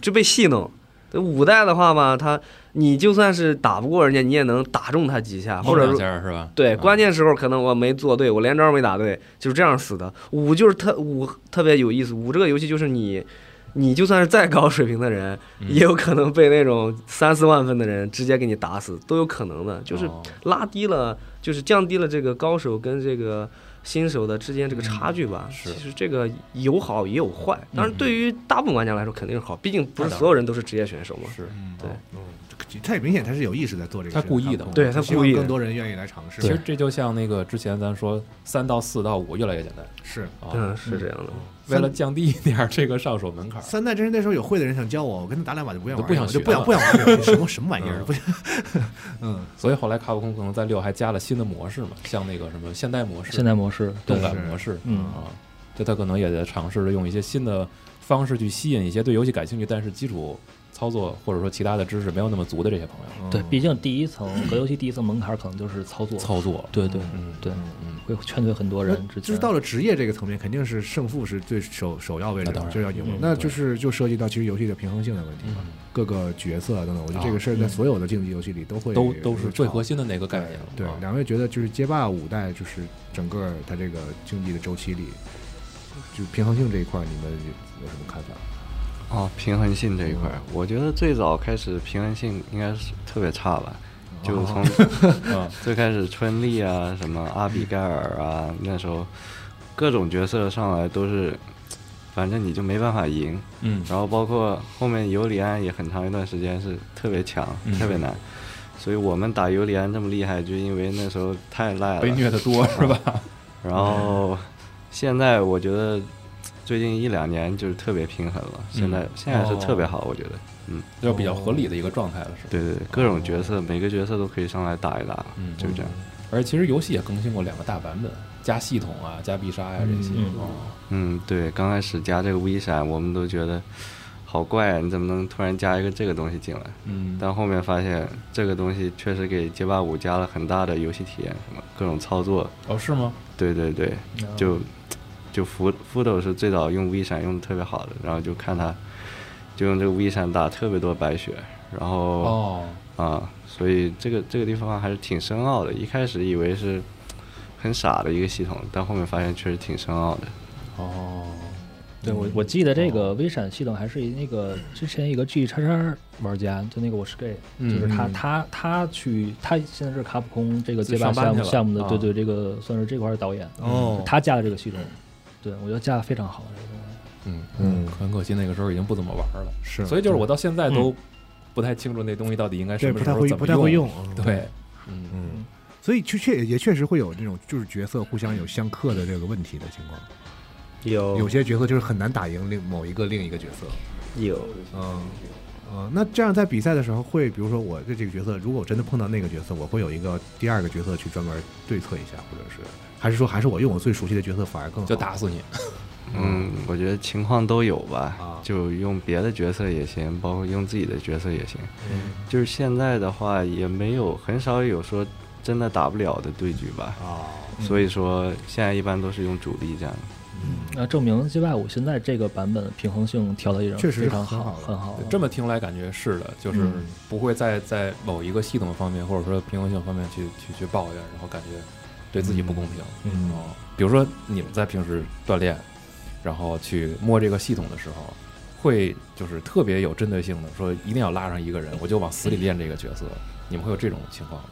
S5: 就被戏弄。对五代的话吧，他你就算是打不过人家，你也能打中他几下，或者
S2: 两
S5: 说。
S2: 下是吧？
S5: 对，
S2: 嗯
S5: 关键时候可能我没做对，我连招没打对，就是这样死的。五就是特五特别有意思，五这个游戏就是你，你就算是再高水平的人，
S2: 嗯
S5: 也有可能被那种三四万分的人直接给你打死，都有可能的。就是
S2: 哦
S5: 拉低了，就是降低了这个高手跟这个新手的之间这个差距吧。
S2: 嗯是嗯
S5: 其实这个有好也有坏，当然对于大部分玩家来说肯定是好，毕竟不是所有人都是职业选手嘛。
S2: 是，
S4: 嗯，他也明显他是有意识在做这个事，
S2: 他故意的
S4: 他
S5: 对他
S4: 希望
S5: 故意的
S4: 更多人愿意来尝试。
S2: 其实这就像那个之前咱说三到四到五越来越简单
S4: 是
S2: 啊，
S5: 嗯，是这样的。
S2: 为了降低一点儿这个上手门槛儿，
S4: 三代真是那时候有会的人想教我，我跟他打两把就不愿意玩了，
S2: 都不想
S4: 我就
S2: 学
S4: 不想
S2: 了
S4: 不想玩 这个什么什么玩意儿，
S2: 嗯
S4: 不想。嗯，
S2: 所以后来卡普空可能在六还加了新的模式嘛，像那个什么现代模式、
S3: 现代模式，对
S2: 动，感模式，
S3: 嗯
S2: 啊，这他可能也在尝试着用一些新的方式去吸引一些对游戏感兴趣但是基础操作或者说其他的知识没有那么足的这些朋友，
S4: 嗯
S3: 对，毕竟第一层格游戏第一层门槛可能就是操作，
S2: 操作，
S3: 对对
S2: 嗯，
S3: 对，
S2: 嗯，
S3: 会劝退很多人。之前
S4: 就是到了职业这个层面，肯定是胜负是最首首要位置
S2: 那
S4: 的，
S2: 当然嗯
S4: 就是要赢
S3: 嗯。
S4: 那就是就涉及到其实游戏的平衡性的问题嘛，各个角色啊等等。我觉得这个事儿在所有的竞技游戏里都会
S2: 都都是最
S4: 吵
S2: 核心的那个概念了，
S4: 对
S2: 啊，
S4: 两位觉得就是街霸五代，就是整个它这个竞技的周期里，就平衡性这一块，你们有什么看法？
S6: 哦，平衡性这一
S2: 嗯
S6: 块儿，我觉得最早开始平衡性应该是特别差吧，
S2: 哦
S6: 就从
S2: 啊
S6: 最开始春丽啊，什么阿比盖尔啊，那时候各种角色上来都是，反正你就没办法赢。
S2: 嗯
S6: 然后包括后面尤里安也很长一段时间是特别强，
S2: 嗯
S6: 特别难。所以我们打尤里安这么厉害，就因为那时候太赖
S2: 被
S6: 了。
S2: 虐的多是吧？
S6: 然后现在我觉得最近一两年就是特别平衡
S2: 嗯
S6: 了，现在现在是
S2: 哦
S6: 特别好，我觉得。嗯，
S2: 就比较合理的一个状态了，是吧？
S6: 对对对，各种角色每个角色都可以上来打一打，
S2: 嗯
S6: 就这样。
S2: 而且其实游戏也更新过两个大版本，加系统啊，加必杀呀、这些。哦
S6: 嗯，对，刚开始加这个 V 闪，我们都觉得好怪啊，你怎么能突然加一个这个东西进来？
S2: 嗯，
S6: 但后面发现这个东西确实给街霸五加了很大的游戏体验，什么各种操作。
S2: 哦，是吗？
S6: 对对对，就就福福斗是最早用 V 闪用的特别好的，然后就看他就用这个 V 闪打特别多白雪，然后
S2: 哦，
S6: 啊，所以这个这个地方还是挺深奥的。一开始以为是很傻的一个系统，但后面发现确实挺深奥的。
S2: 哦，
S3: 对我我记得这个微闪系统还是那个之前一个 G 叉叉玩家，就那个我是 gay，就是他
S2: 嗯
S3: 他他去他现在是卡普空这个街霸
S2: 上班
S3: 项
S2: 去
S3: 目
S2: 了
S3: 项目的
S2: 啊
S3: 对对这个算是这块儿的导演，
S2: 哦
S3: 他加的这个系统，对我觉得加的非常好。这个东西
S2: 嗯，
S4: 嗯
S2: 很可惜那个时候已经不怎么玩了，
S4: 是
S2: 所以就是我到现在都不太清楚那东西到底应该
S4: 对
S2: 什么
S4: 不
S2: 时
S4: 太
S2: 候
S4: 会
S2: 怎么
S4: 不太会
S2: 用。
S4: 用，嗯，
S2: 对，嗯，
S4: 嗯。所以确确也确实会有这种就是角色互相有相克的这个问题的情况，
S5: 有
S4: 有些角色就是很难打赢另某一个另一个角色，
S5: 有
S4: 嗯，嗯，那这样在比赛的时候会，比如说我对这个角色，如果我真的碰到那个角色，我会有一个第二个角色去专门对策一下，或者是还是说还是我用我最熟悉的角色反而更好
S2: 就打死你。
S6: 嗯，我觉得情况都有吧，
S4: 啊
S6: 就用别的角色也行，包括用自己的角色也行。就是现在的话，也没有很少有说真的打不了的对局吧，
S4: 啊，
S6: 所以说现在一般都是用主力这样。
S3: 那证明街霸五现在这个版本平衡性调的已经
S4: 确实
S3: 非常
S4: 很
S3: 好，
S4: 好了
S3: 很好了。
S2: 这么听来感觉是的，就是
S3: 嗯
S2: 不会再在某一个系统方面或者说平衡性方面去去去抱怨，然后感觉对自己不公平。
S4: 嗯
S2: 哦，比如说你们在平时锻炼，然后去摸这个系统的时候，会就是特别有针对性的说一定要拉上一个人，我就往死里练这个角色。你们会有这种情况吗？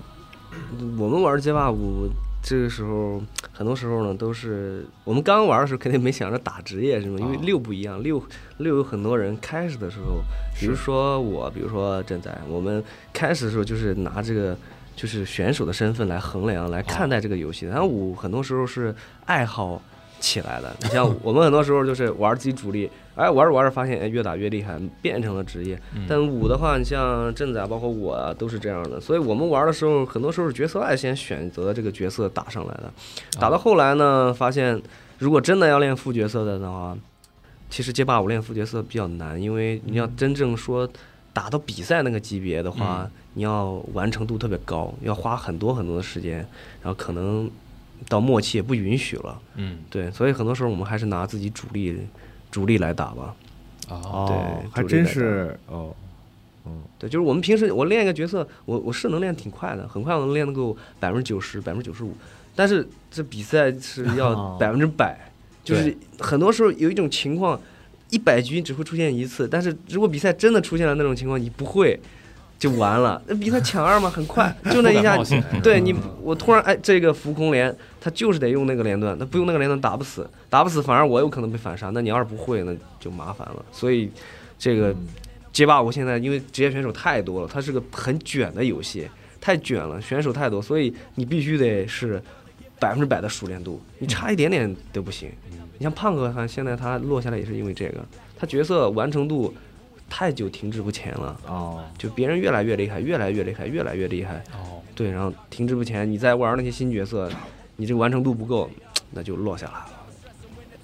S5: 我们玩街霸五，这个时候很多时候呢都是我们刚玩的时候肯定没想着打职业什么，因为
S2: 啊
S5: 六不一样，六六有很多人开始的时候，比如说我，比如说正在我们开始的时候就是拿这个。就是选手的身份来衡量、来看待这个游戏的。然后五很多时候是爱好起来的，你像我们很多时候就是玩自己主力，哎，玩着玩着发现哎越打越厉害，变成了职业。但五的话，你像镇仔，包括我啊，都是这样的。所以我们玩的时候，很多时候是角色爱先选择这个角色打上来的，打到后来呢，发现如果真的要练副角色的的话，其实街霸五练副角色比较难，因为你
S4: 嗯
S5: 要真正说打到比赛那个级别的话，你要完成度特别高，要花很多很多的时间，然后可能到末期也不允许了。
S2: 嗯
S5: 对，所以很多时候我们还是拿自己主力主力来打吧。
S2: 啊，
S4: 哦
S5: 对，
S4: 还
S5: 主力
S4: 真
S5: 来打
S4: 是哦，
S5: 对，就是我们平时我练一个角色，我我是能练挺快的，很快我能练得够百分之九十、百分之九十五。但是这比赛是
S2: 哦
S5: 要百分之百，就是很多时候有一种情况，一百局只会出现一次。但是如果比赛真的出现了那种情况，你不会就完了。那比赛抢二嘛，很快， 就那一下
S2: 不敢冒险是吧，
S5: 对你，我突然哎，这个浮空连他就是得用那个连段，他不用那个连段打不死，打不死反而我有可能被反杀。那你要是不会，那就麻烦了。所以这个
S2: 嗯
S5: 街霸五现在因为职业选手太多了，它是个很卷的游戏，太卷了，选手太多，所以你必须得是百分之百的熟练度，你差一点点都不行。你像胖哥，他现在他落下来也是因为这个，他角色完成度太久停滞不前了。
S4: 哦，
S5: 就别人越来越厉害，越来越厉害，越来越厉害，
S2: 哦，
S5: 对，然后停滞不前。你再玩那些新角色，你这个完成度不够，那就落下来了。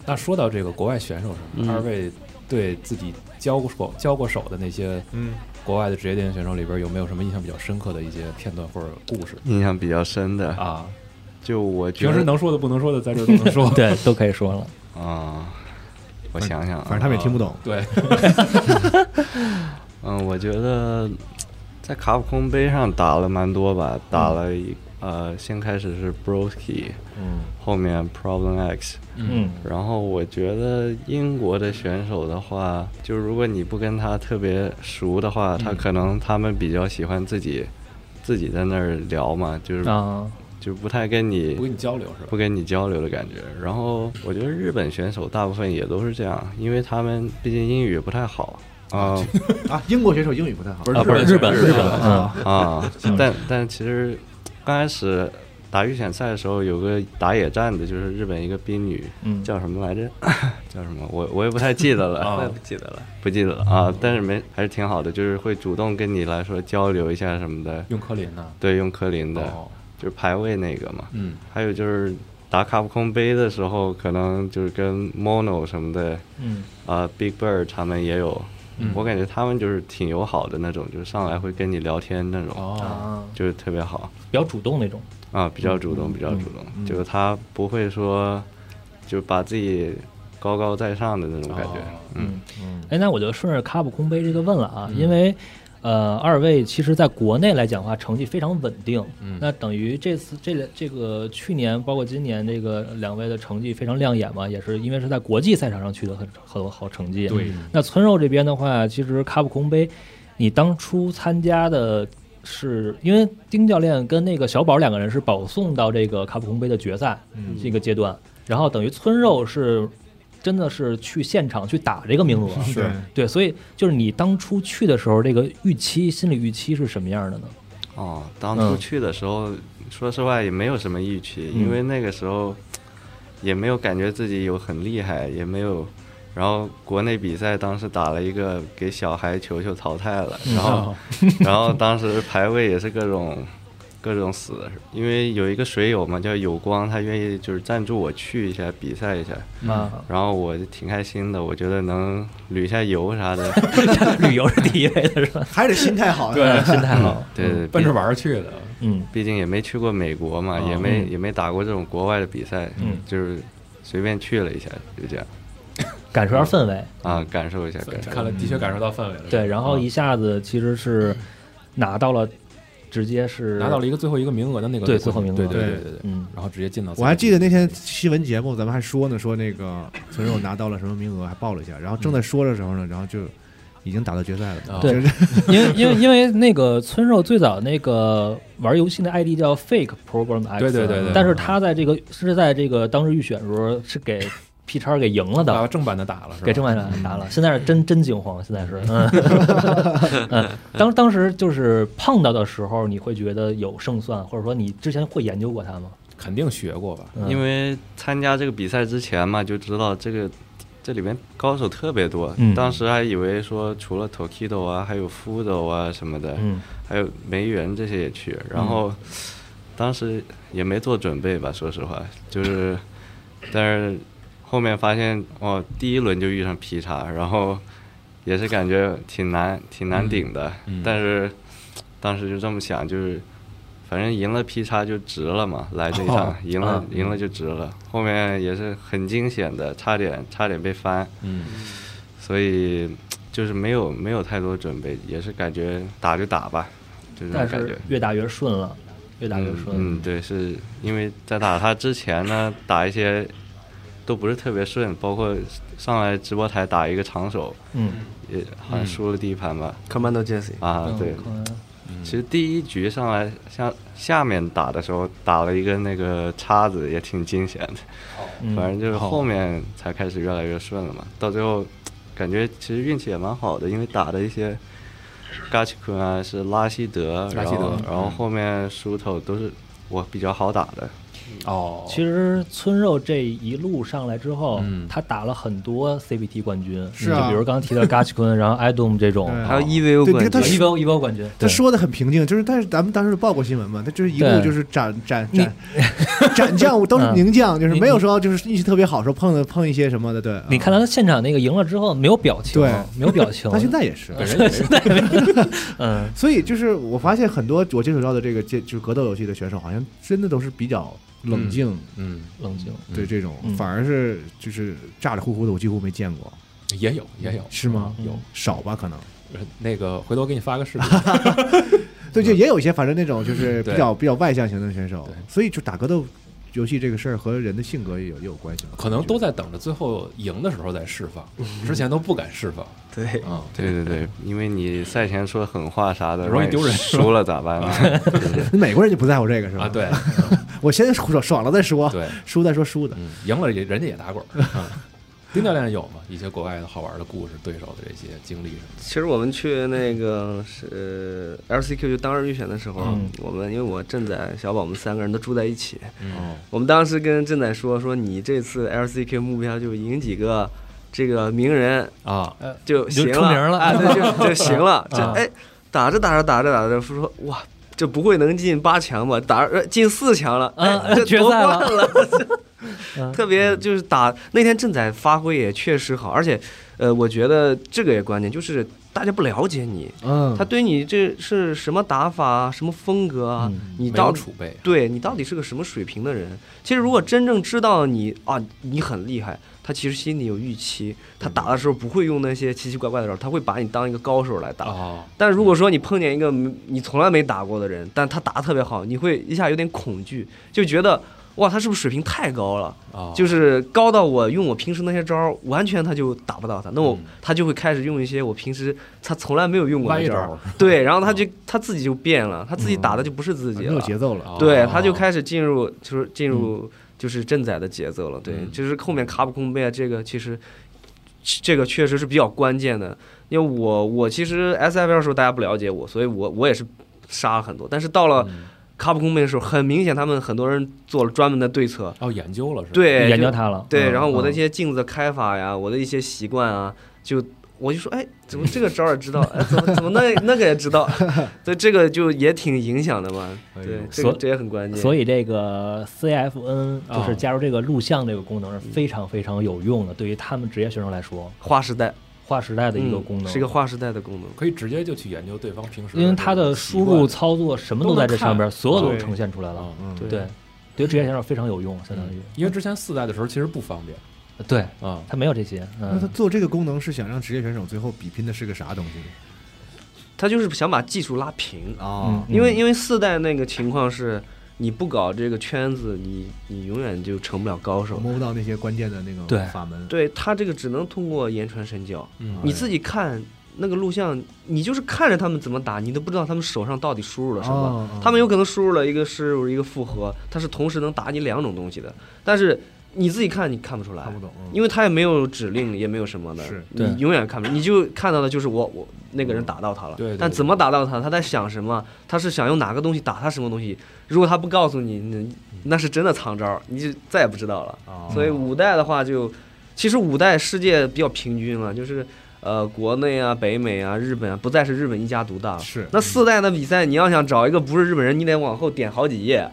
S2: 那说到这个国外选手什么的，
S5: 嗯
S2: 二位对自己交过手交过手的那些
S4: 嗯，
S2: 国外的职业电竞选手里边，有没有什么印象比较深刻的一些片段或者故事
S6: 印象比较深的，
S2: 啊？
S6: 就我觉
S2: 平时
S6: 得
S2: 能说的不能说的，在这儿都能说。
S3: 对，都可以说了。
S6: 啊，我想想啊，
S4: 反正他们也听不懂。
S2: 对，
S6: 嗯，我觉得在卡普空杯上打了蛮多吧，打了一、呃，先开始是 Broski，
S2: 嗯
S6: 后面 Problem X，
S2: 嗯，
S6: 然后我觉得英国的选手的话，就如果你不跟他特别熟的话，
S2: 嗯
S6: 他可能他们比较喜欢自己自己在那儿聊嘛，就是、
S3: 啊，
S6: 就不太跟你
S2: 不跟你交流是吧？
S6: 不跟你交流的感觉。然后我觉得日本选手大部分也都是这样，因为他们毕竟英语不太好啊
S4: 啊，英国选手英语不太好，
S2: 不
S6: 啊不是
S2: 日本
S3: 日本，嗯，
S6: 啊， 但但其实刚开始打预选赛的时候，有个打野战的，就是日本一个兵女，
S3: 嗯
S6: 叫什 么来着？叫什么？我我也不太记得了，
S2: 啊
S5: 哦不记得了，
S6: 不记得了啊。但是没还是挺好的，就是会主动跟你来说交流一下什么的。
S2: 用科林呐。
S6: 对，用柯林的，
S2: 哦，
S6: 就是排位那个嘛。
S2: 嗯
S6: 还有就是打卡普空杯的时候，可能就是跟 Mono 什么的，
S3: 嗯
S6: 啊、b i g Bird 他们也有，
S2: 嗯
S6: 我感觉他们就是挺友好的那种，就是上来会跟你聊天那种，
S2: 哦，
S3: 啊，
S6: 就是特别好
S3: 比较主动那种。
S6: 啊，比较
S2: 嗯
S6: 主动，比较主动，就是他不会说就把自己高高在上的那种感觉，
S2: 哦
S6: 嗯
S3: 哎，那我就顺着卡普空杯这个问了啊，因为呃，二位其实在国内来讲的话，成绩非常稳定。
S2: 嗯
S3: 那等于这次这两这个去年包括今年这个两位的成绩非常亮眼嘛，也是因为是在国际赛场上取得很很好成绩。
S4: 对，
S3: 那村肉这边的话，其实卡普空杯，你当初参加的是因为丁教练跟那个小宝两个人是保送到这个卡普空杯的决赛这个阶段，然后等于村肉是真的是去现场去打这个名额，
S4: 是
S3: 对，所以就是你当初去的时候，这个预期心理预期是什么样的呢？
S6: 哦，当初
S3: 嗯
S6: 去的时候，说实话也没有什么预期，
S3: 嗯
S6: 因为那个时候也没有感觉自己有很厉害，也没有。然后国内比赛当时打了一个给小孩球球淘汰了，然后 然后当时排位也是各种各种死，因为有一个水友嘛叫有光，他愿意就是赞助我去一下比赛一下，
S3: 啊，
S6: 然后我就挺开心的，我觉得能旅一下游啥的，
S3: 旅游是第一位的是吧？
S4: 还得心态好。
S2: 对，
S3: 心态好，
S6: 对对，对
S2: 嗯奔着玩儿去的。
S3: 嗯
S6: 毕竟也没去过美国嘛，
S2: 哦
S6: 也没
S3: 嗯
S6: 也没打过这种国外的比赛，
S3: 嗯
S6: 就是随便去了一下，就这样
S3: 感受一下氛围，
S6: 啊，感受一下，感受一下
S2: 看来的
S4: 嗯
S2: 确感受到氛围了。
S3: 对，然后
S6: 啊
S3: 一下子其实是拿到了，直接是
S2: 拿到了一个最后一个名额的那个
S3: 对最后名额
S2: 对对对对对对，
S3: 嗯
S2: 然后直接进到。
S4: 我还记得那天新闻节目，咱们还说呢，说那个村肉拿到了什么名额，还报了一下。然后正在说的时候呢，然后就已经打到决赛了。
S2: 啊
S3: 对
S4: 就是
S3: 因为因为因为那个村肉最早那个玩游戏的 ID 叫 Fake Program X，
S2: 对对对对
S3: 但是他在这个是在这个当时预选的时候是给 P 叉给赢了
S2: 把
S3: 的。
S2: 正版的打了，是吧
S3: 给郑万长拿了，现在是真真惊慌，现在是，嗯，嗯当当时就是碰到的时候，你会觉得有胜算，或者说你之前会研究过它吗？
S2: 肯定学过吧？
S3: 嗯
S6: 因为参加这个比赛之前嘛，就知道这个这里面高手特别多，
S3: 嗯
S6: 当时还以为说除了 Tokido 啊，还有 Fudo 啊什么的，
S3: 嗯
S6: 还有梅园这些也去，
S2: 嗯
S6: 然后、当时也没做准备吧，说实话，就是，但是后面发现哦，第一轮就遇上劈叉，然后也是感觉挺难挺难顶的，
S2: 嗯
S6: 但是当时就这么想，就是反正赢了劈叉就值了嘛，来这一趟、
S2: 哦
S6: 赢了、
S2: 啊
S6: 赢了就值了，后面也是很惊险的，差点差点被翻，
S2: 嗯，
S6: 所以就是没有没有太多准备，也是感觉打就打吧，就这种
S3: 但
S6: 感觉
S3: 是。越打越顺了，越打越
S6: 嗯
S3: 顺，
S6: 嗯，对，是因为在打他之前呢，打一些都不是特别顺，包括上来直播台打一个长手，
S3: 嗯，
S6: 也好像输了第一盘吧。
S5: Commando Jesse，
S6: 啊，对，
S3: 嗯
S6: 其实第一局上来像下面打的时候，打了一个那个叉子，也挺惊险的。
S3: 嗯
S6: 反正就是后面才开始越来越顺了嘛。到最后，感觉其实运气也蛮好的，因为打的一些嘎奇坤啊，是拉希德，
S2: 拉希德
S6: 然后然后后面舒头都是我比较好打的，
S2: 哦，
S3: 其实村肉这一路上来之后，
S2: 嗯
S3: 他打了很多 CPT 冠军，
S1: 是
S3: 就
S1: 啊
S3: 比如刚刚提到 g a c h 坤，然后 Idom 这种啊
S1: 对
S5: 还有
S2: 哦
S5: EVO
S1: 对
S5: 冠
S1: 这个他
S5: 军，
S1: 是
S3: EVO EVO 冠军，
S1: 他
S3: 对
S1: 说的很平静，就是但是咱们当时报过新闻嘛，他就是一路
S3: 对
S1: 就是斩斩斩斩将，都是名将，就是
S3: 你
S1: 没有说就是运气特别好，说碰的碰一些什么的，对。
S3: 你看他现场那个赢了之后没有表情，
S1: 对
S3: 没有表情，
S1: 他现在也是，
S2: 本人也是
S3: 嗯，
S1: 所以就是我发现很多我接触到的这个这就是格斗游戏的选手，好像真的都是比较冷静，
S2: 嗯，
S3: 冷静。
S1: 对这种
S3: 嗯
S1: 反而是就是咋咋呼呼的，我几乎没见过，
S2: 也有也有呃
S1: 是吗？
S3: 有
S1: 少吧，可能。
S2: 那个，回头给你发个视频。
S1: 对，就也有一些反正那种就是
S2: 对
S1: 比较比较外向型的选手
S2: 对，
S1: 所以就打格斗游戏这个事儿和人的性格也有也有关系吧，
S2: 可能都在等着最后赢的时候再释放，之前都不敢释放
S5: 对，
S2: 啊。
S6: 对对对，因为你赛前说狠话啥的，
S2: 容易
S6: 万一
S2: 丢人
S6: 输了咋 办呢？
S1: 美国人就不在乎这个是吧？
S2: 啊，，对
S1: 我先爽爽了再说，
S2: 对，
S1: 输再说输的。
S2: 嗯，赢了也人家也打滚儿。啊丁教练有吗？一些国外的好玩的故事、对手的这些经历什么
S5: 其实我们去那个是 LCQ 就当日预选的时候
S3: 嗯，
S5: 我们因为我郑仔、小宝我们三个人都住在一起，
S2: 的？哦，
S5: 我们当时跟郑仔说说你这次 LCQ 目标就赢几个这个名人
S2: 啊，
S5: 就行
S3: 你就出名了
S5: 哎，对， 就就行了。这
S3: 啊
S5: 哎，打着打着打着打着，说哇，这不会能进八强吧？打呃进四强了，
S3: 啊
S5: 哎，这
S3: 决
S5: 夺
S3: 赛
S5: 冠
S3: 了
S5: 了。
S3: 嗯
S5: 特别就是打那天郑仔发挥也确实好，而且呃，我觉得这个也关键，就是大家不了解你，
S1: 嗯
S5: 他对你这是什么打法啊，什么风格啊，
S3: 嗯
S5: 你
S2: 没
S5: 到
S2: 有
S5: 底
S2: 储备，
S5: 对你到底是个什么水平的人？其实如果真正知道你啊，你很厉害，他其实心里有预期，他打的时候不会用那些奇奇怪怪的招，他会把你当一个高手来打。
S2: 哦，
S5: 但如果说你碰见一个没你从来没打过的人，但他打的特别好，你会一下有点恐惧，就觉得哇，他是不是水平太高了？
S2: 哦，
S5: 就是是高到我用我平时那些招儿，完全他就打不到他。那我、
S2: 嗯
S5: 他就会开始用一些我平时他从来没有用过
S2: 歪
S5: 的
S2: 一
S5: 招
S2: 招
S5: 儿。
S2: 儿，
S5: 对，然后他就他自己就变了，他自己打的就不是自
S1: 嗯啊
S5: 己
S1: 没
S5: 了。
S1: 有节奏了，
S5: 对，
S2: 哦
S5: 他就开始进入就是进入就是正载的节奏了。对，
S2: 嗯
S5: 就是后面卡普空杯啊，这个其实这个确实是比较关键的，因为我我其实 S F L 的时候大家不了解我，所以我我也是杀了很多，但是到了
S2: 嗯
S5: 卡普空杯的时候，很明显他们很多人做了专门的对策，
S2: 哦研究了是吧？，
S5: 对，
S3: 研
S5: 就
S3: 究他了。
S5: 对，
S3: 嗯
S5: 然后我的一些镜子开法呀，我的一些习惯啊，就我就说，哎，怎么这个招儿也知道，哎，怎么怎么那那个也知道， 所以这个就也挺影响的嘛。对，这
S3: 哎所
S5: 个这也很关键。
S3: 嗯所以这个 CFN 就
S2: 啊
S3: 是加入这个录像这个功能是非常非常有用的，对于他们职业选手来说，
S5: 划时代
S3: 划时代的一个
S5: 嗯
S3: 功能。
S5: 是一个划时代的功能。
S2: 可以直接就去研究对方平时，
S3: 因为它的输入操作什么都在这上边，所有都
S5: 对
S3: 呈现出来了
S2: 啊。，
S1: 嗯，
S5: 对
S3: 对，对于职业选手非常有用，相当于
S2: 嗯因为之前四代的时候其实不方便
S5: 嗯
S3: 对
S2: 啊，
S3: 他没有这些。
S1: 那他
S3: 嗯，
S1: 做这个功能是想让职业选手最后比拼的是个啥东西
S5: 他就是想把技术拉平，
S1: 啊？
S3: 嗯
S5: 哦因为因为四代那个情况是，你不搞这个圈子，你你永远就成不了高
S1: 我
S5: 手。
S3: 嗯
S1: 摸不到那些关键的那
S3: 对
S1: 个法门，
S5: 对他这个只能通过言传身教，
S2: 嗯
S3: 哎
S5: 你自己看那个录像，你就是看着他们怎么打，你都不知道他们手上到底输入了什么。
S1: 哦
S5: 他们有可能输入了一个失误，一个复合，他是同时能打你两种东西的，但是你自己看你看不出来
S1: 看，不懂，嗯
S5: 因为他也没有指令，也没有什么的，
S1: 是
S3: 对
S5: 你永远看不，你就看到的就是我我那个人打到他了，
S2: 对对
S5: 但怎么打到他，他在想什么，他是想用哪个东西打他什么东西，如果他不告诉你，那那是真的藏招，你就再也不知道了。
S1: 哦
S5: 所以五代的话就，其实五代世界比较平均了，就是呃国内啊、北美啊、日本啊，不再是日本一家独大了。
S1: 是
S5: 那四代的比赛，你要想找一个不是日本人，你得往后点好几 页，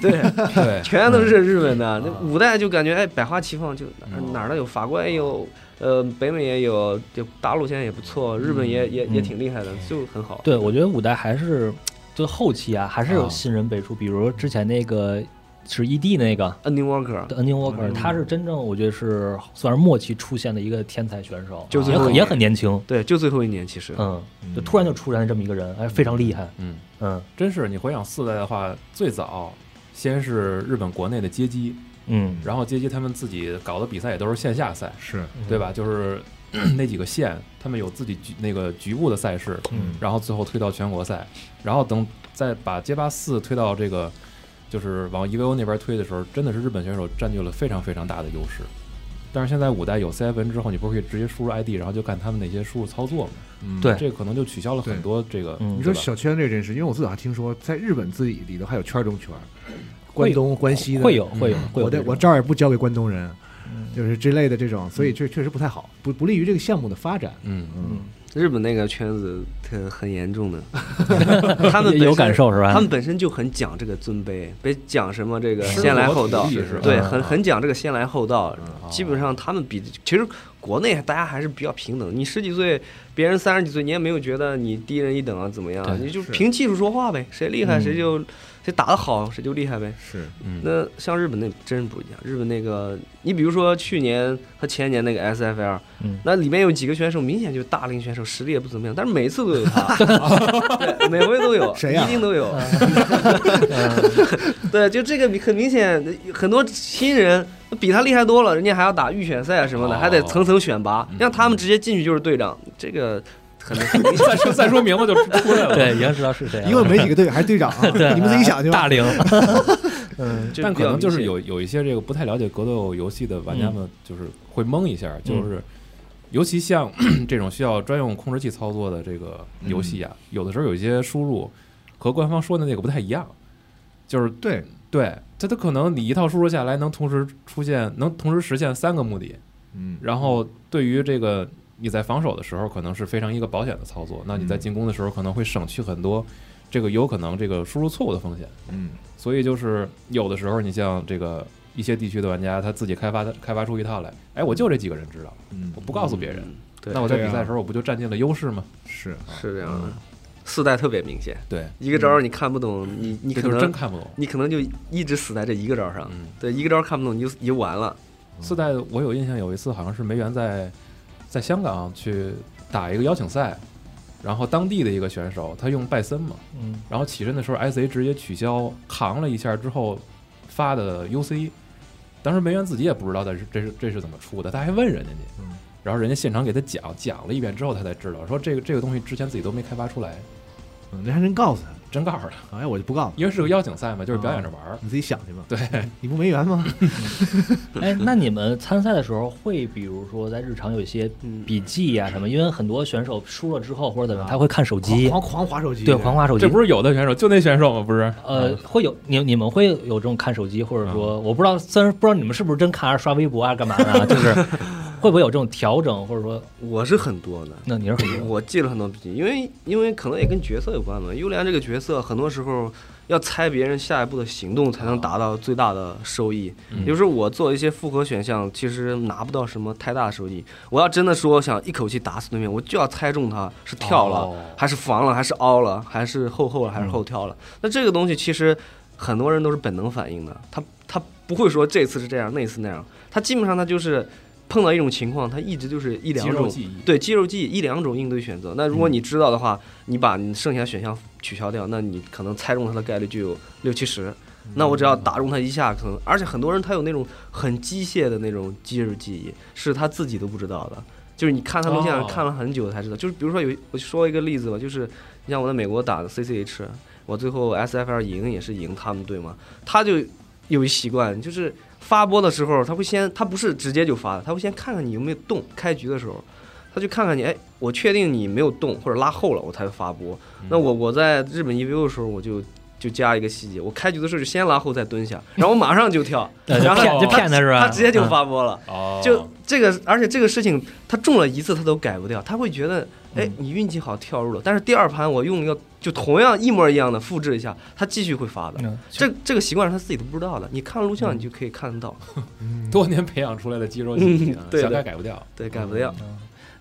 S5: 对，
S2: 嗯对，
S5: 全都是日本
S3: 啊
S5: 的。那五代就感觉哎百花齐放，就哪
S3: 嗯
S5: 儿哪儿都有，法国也有，呃，北美也有，就大陆现在也不错，日本也也
S3: 嗯
S5: 也挺厉害的，就很好。
S3: 对我觉得五代还是就后期啊，还是
S5: 哦
S3: 有新人辈出，比如之前那个是 ED 那个。
S5: Ending Walker，
S3: 的 Ending Walker，他是真正我觉得是算是末期出现的一个天才选手，啊
S5: 就最
S3: 也
S5: 后
S3: 很
S5: 一
S3: 也
S5: 年
S3: 很年轻，
S5: 对，就最后一年其实，
S3: 嗯，就突然就出现了这么一个人，哎，非常厉害，
S2: 嗯，
S3: 嗯
S2: 真是你回想四代的话，最早先是日本国内的街机，
S3: 嗯，
S2: 然后街机他们自己搞的比赛也都是线下赛，
S1: 是
S2: 对吧？就是 那几个县，他们有自己局那个局部的赛事，
S3: 嗯？
S2: 然后最后推到全国赛，然后等再把街霸四推到这个，就是往 EVO 那边推的时候，真的是日本选手占据了非常非常大的优势。但是现在五代有 CFN 之后，你不是可以直接输入 ID，然后就看他们那些输入操作吗？
S1: 嗯
S3: 对
S2: 这个可能就取消了很多这个。
S3: 嗯
S1: 你说
S2: 对吧
S1: 啊小圈这真是，因为我最早还听说在日本自己里头还有圈中圈，关东、关西的，
S3: 会有会有
S2: 嗯
S3: 会有
S1: 我
S3: 这
S1: 的
S3: 种，
S1: 我照也不交给关东人，
S3: 嗯
S1: 就是之类的这种，所以这确实不太好，不不利于这个项目的发展。
S2: 嗯，
S1: 嗯，
S5: 日本那个圈子特很严重的，他们本身
S3: 有感，受是吧？
S5: 他们本身就很讲这个尊卑，别讲什么这个
S2: 狮子
S5: 先来
S2: 和
S5: 后
S2: 土
S5: 到
S2: 地，是吧
S5: 对，
S2: 嗯
S5: 很很讲这个先来后到。
S2: 哦
S5: 基本上他们比其实国内大家还是比较平等，你十几岁，别人三十几岁，你也没有觉得你低人一等啊怎么样
S2: 对，
S5: 你就是凭技术说话呗，谁厉害谁就谁打得好谁就厉害呗。
S4: 是
S2: 嗯
S5: 那像日本那真不一样，日本那个，你比如说去年和前年那个 SFL，、
S3: 嗯
S5: 那里面有几个选手明显就是大龄选手，实力也不怎么样，但是每次都有 他，对，每回都有，
S1: 谁呀嗯
S5: 一定都有。 对，就这个很明显，很多新人比他厉害多了，人家还要打预选赛什么的，
S2: 哦
S5: 还得层层选拔，
S2: 嗯
S5: 让他们直接进去就是队长，这个很很明显。
S2: 再说再说名字就出来了。
S3: 对，已经知道是谁了。
S1: 因为没几个队，还是队长啊，
S3: 对
S1: 你们自己想去吧。
S3: 大龄，
S5: 就
S2: 但
S5: 比
S2: 可
S5: 较
S2: 能就是
S5: 明显嗯
S2: 有有一些这个不太了解格斗游戏的玩家们，就是会懵一下，就是尤其像 这种需要专用控制器操作的这个
S5: 嗯
S2: 游戏啊，有的时候有一些输入和官方说的那个不太一样，就是
S4: 对，
S2: 对它它可能你一套输入下来能同时出现，能同时实现三个目的，
S4: 嗯，
S2: 然后对于这个你在防守的时候可能是非常一个保险的操作，那你在
S4: 嗯
S2: 进攻的时候可能会省去很多这个有可能这个输入错误的风险。
S4: 嗯
S2: 所以就是有的时候，你像这个一些地区的玩家，他自己开发的开发出一套来，哎，我就这几个人知道，
S4: 嗯
S2: 我不告诉别人，
S5: 嗯对
S2: 那我在
S4: 对啊
S2: 比赛的时候，我不就占尽了优势吗？
S1: 嗯啊
S4: 是
S5: 是这样的，四代特别明显，
S2: 对，
S5: 一个招儿你看不懂，你啊你
S2: 嗯这就
S5: 可
S2: 是
S5: 能
S2: 真看不懂。
S5: 你可能就一直死在这一个招上，
S2: 嗯，
S5: 对，一个招看不懂你就你就完了。
S2: 四代我有印象，有一次好像是梅园在在香港去打一个邀请赛，然后当地的一个选手他用拜森嘛，
S3: 嗯，
S2: 然后起身的时候 S A 直接取消扛了一下之后发的 U C，当时梅园自己也不知道这是这是这是怎么出的，他还问人家去
S4: 嗯，
S2: 然后人家现场给他讲讲了一遍之后，他才知道说这个这个东西之前自己都没开发出来，
S1: 嗯，人还真告诉他，
S2: 真告诉他，
S1: 哎，我就不告诉你，
S2: 因为是个邀请赛嘛，就是表演着玩儿。
S1: 你自己想去吧。嗯
S2: 对，
S1: 你不没缘吗？
S3: 哎，那你们参赛的时候会，比如说在日常有一些
S5: 嗯
S3: 笔记呀、什么？因为很多选手输了之后或者怎么样，他会看手
S1: 狂
S3: 机，
S1: 狂狂划手机，
S3: 啊对，狂划手机。
S2: 这不是有的选手，就那选手吗？不是，
S3: 呃，会有你你们会有这种看手机，或者说我不知道，虽然不知道你们是不是真看，还是刷微博啊，干嘛的啊？ 就是会不会有这种调整，或者说，
S5: 我是很多的，
S3: 那你是很多，
S5: 我记了很多笔记，因为因为可能也跟角色有关嘛。优良这个角色很多时候要猜别人下一步的行动，才能达到最大的收益。
S2: 嗯
S5: 有时候我做一些复合选项，其实拿不到什么太大的收益。我要真的说想一口气打死对面，我就要猜中他是跳了、
S2: 哦
S5: 还是防了，还是凹了，还是后后
S2: 嗯
S5: 了，还是后跳了。那这个东西其实很多人都是本能反应的，他他不会说这次是这样，那次那样，他基本上他就是碰到一种情况，他一直就是一
S2: 肌
S5: 两
S2: 肉
S5: 种
S2: 记忆，嗯
S5: 对肌肉记忆一两种应对选择。那如果你知道的话，你把你剩下选项取消掉，那你可能猜中它的概率就有六七十。那我只要打中它一下，可能而且很多人他有那种很机械的那种肌肉记忆，是他自己都不知道的。就是你看他录像
S2: 哦
S5: 看了很久才知道。就是比如说有我说一个例子吧，就是你像我在美国打的 CCH，我最后 SFL 赢也是赢他们队嘛，他就有一习惯就是。发播的时候，他会先，他不是直接就发的，他会先看看你有没有动。开局的时候，他就看看你，哎，我确定你没有动或者拉后了，我才会发播。
S2: 嗯
S5: 那我我在日本 EVO 的时候，我就就加一个细节，我开局的时候就先拉后再蹲下，然后我马上就跳
S3: 呃
S5: 然
S3: 就
S5: 后
S3: 骗就
S5: 他
S3: 骗他是吧？
S5: 他直接就
S3: 嗯
S5: 发播了。
S2: 哦，
S5: 就这个，而且这个事情他中了一次他都改不掉，他会觉得，哎
S3: 嗯，
S5: 你运气好跳入了，但是第二盘我用一个就同样一模一样的复制一下，他继续会发的。
S3: 嗯
S5: 这这个习惯是他自己都不知道的，你看录像
S3: 嗯
S5: 你就可以看得到，
S2: 多年培养出来的肌肉记 忆啊，
S5: 嗯对
S2: 想
S5: 的
S2: 改改不掉。
S5: 对，改
S3: 嗯
S5: 不掉。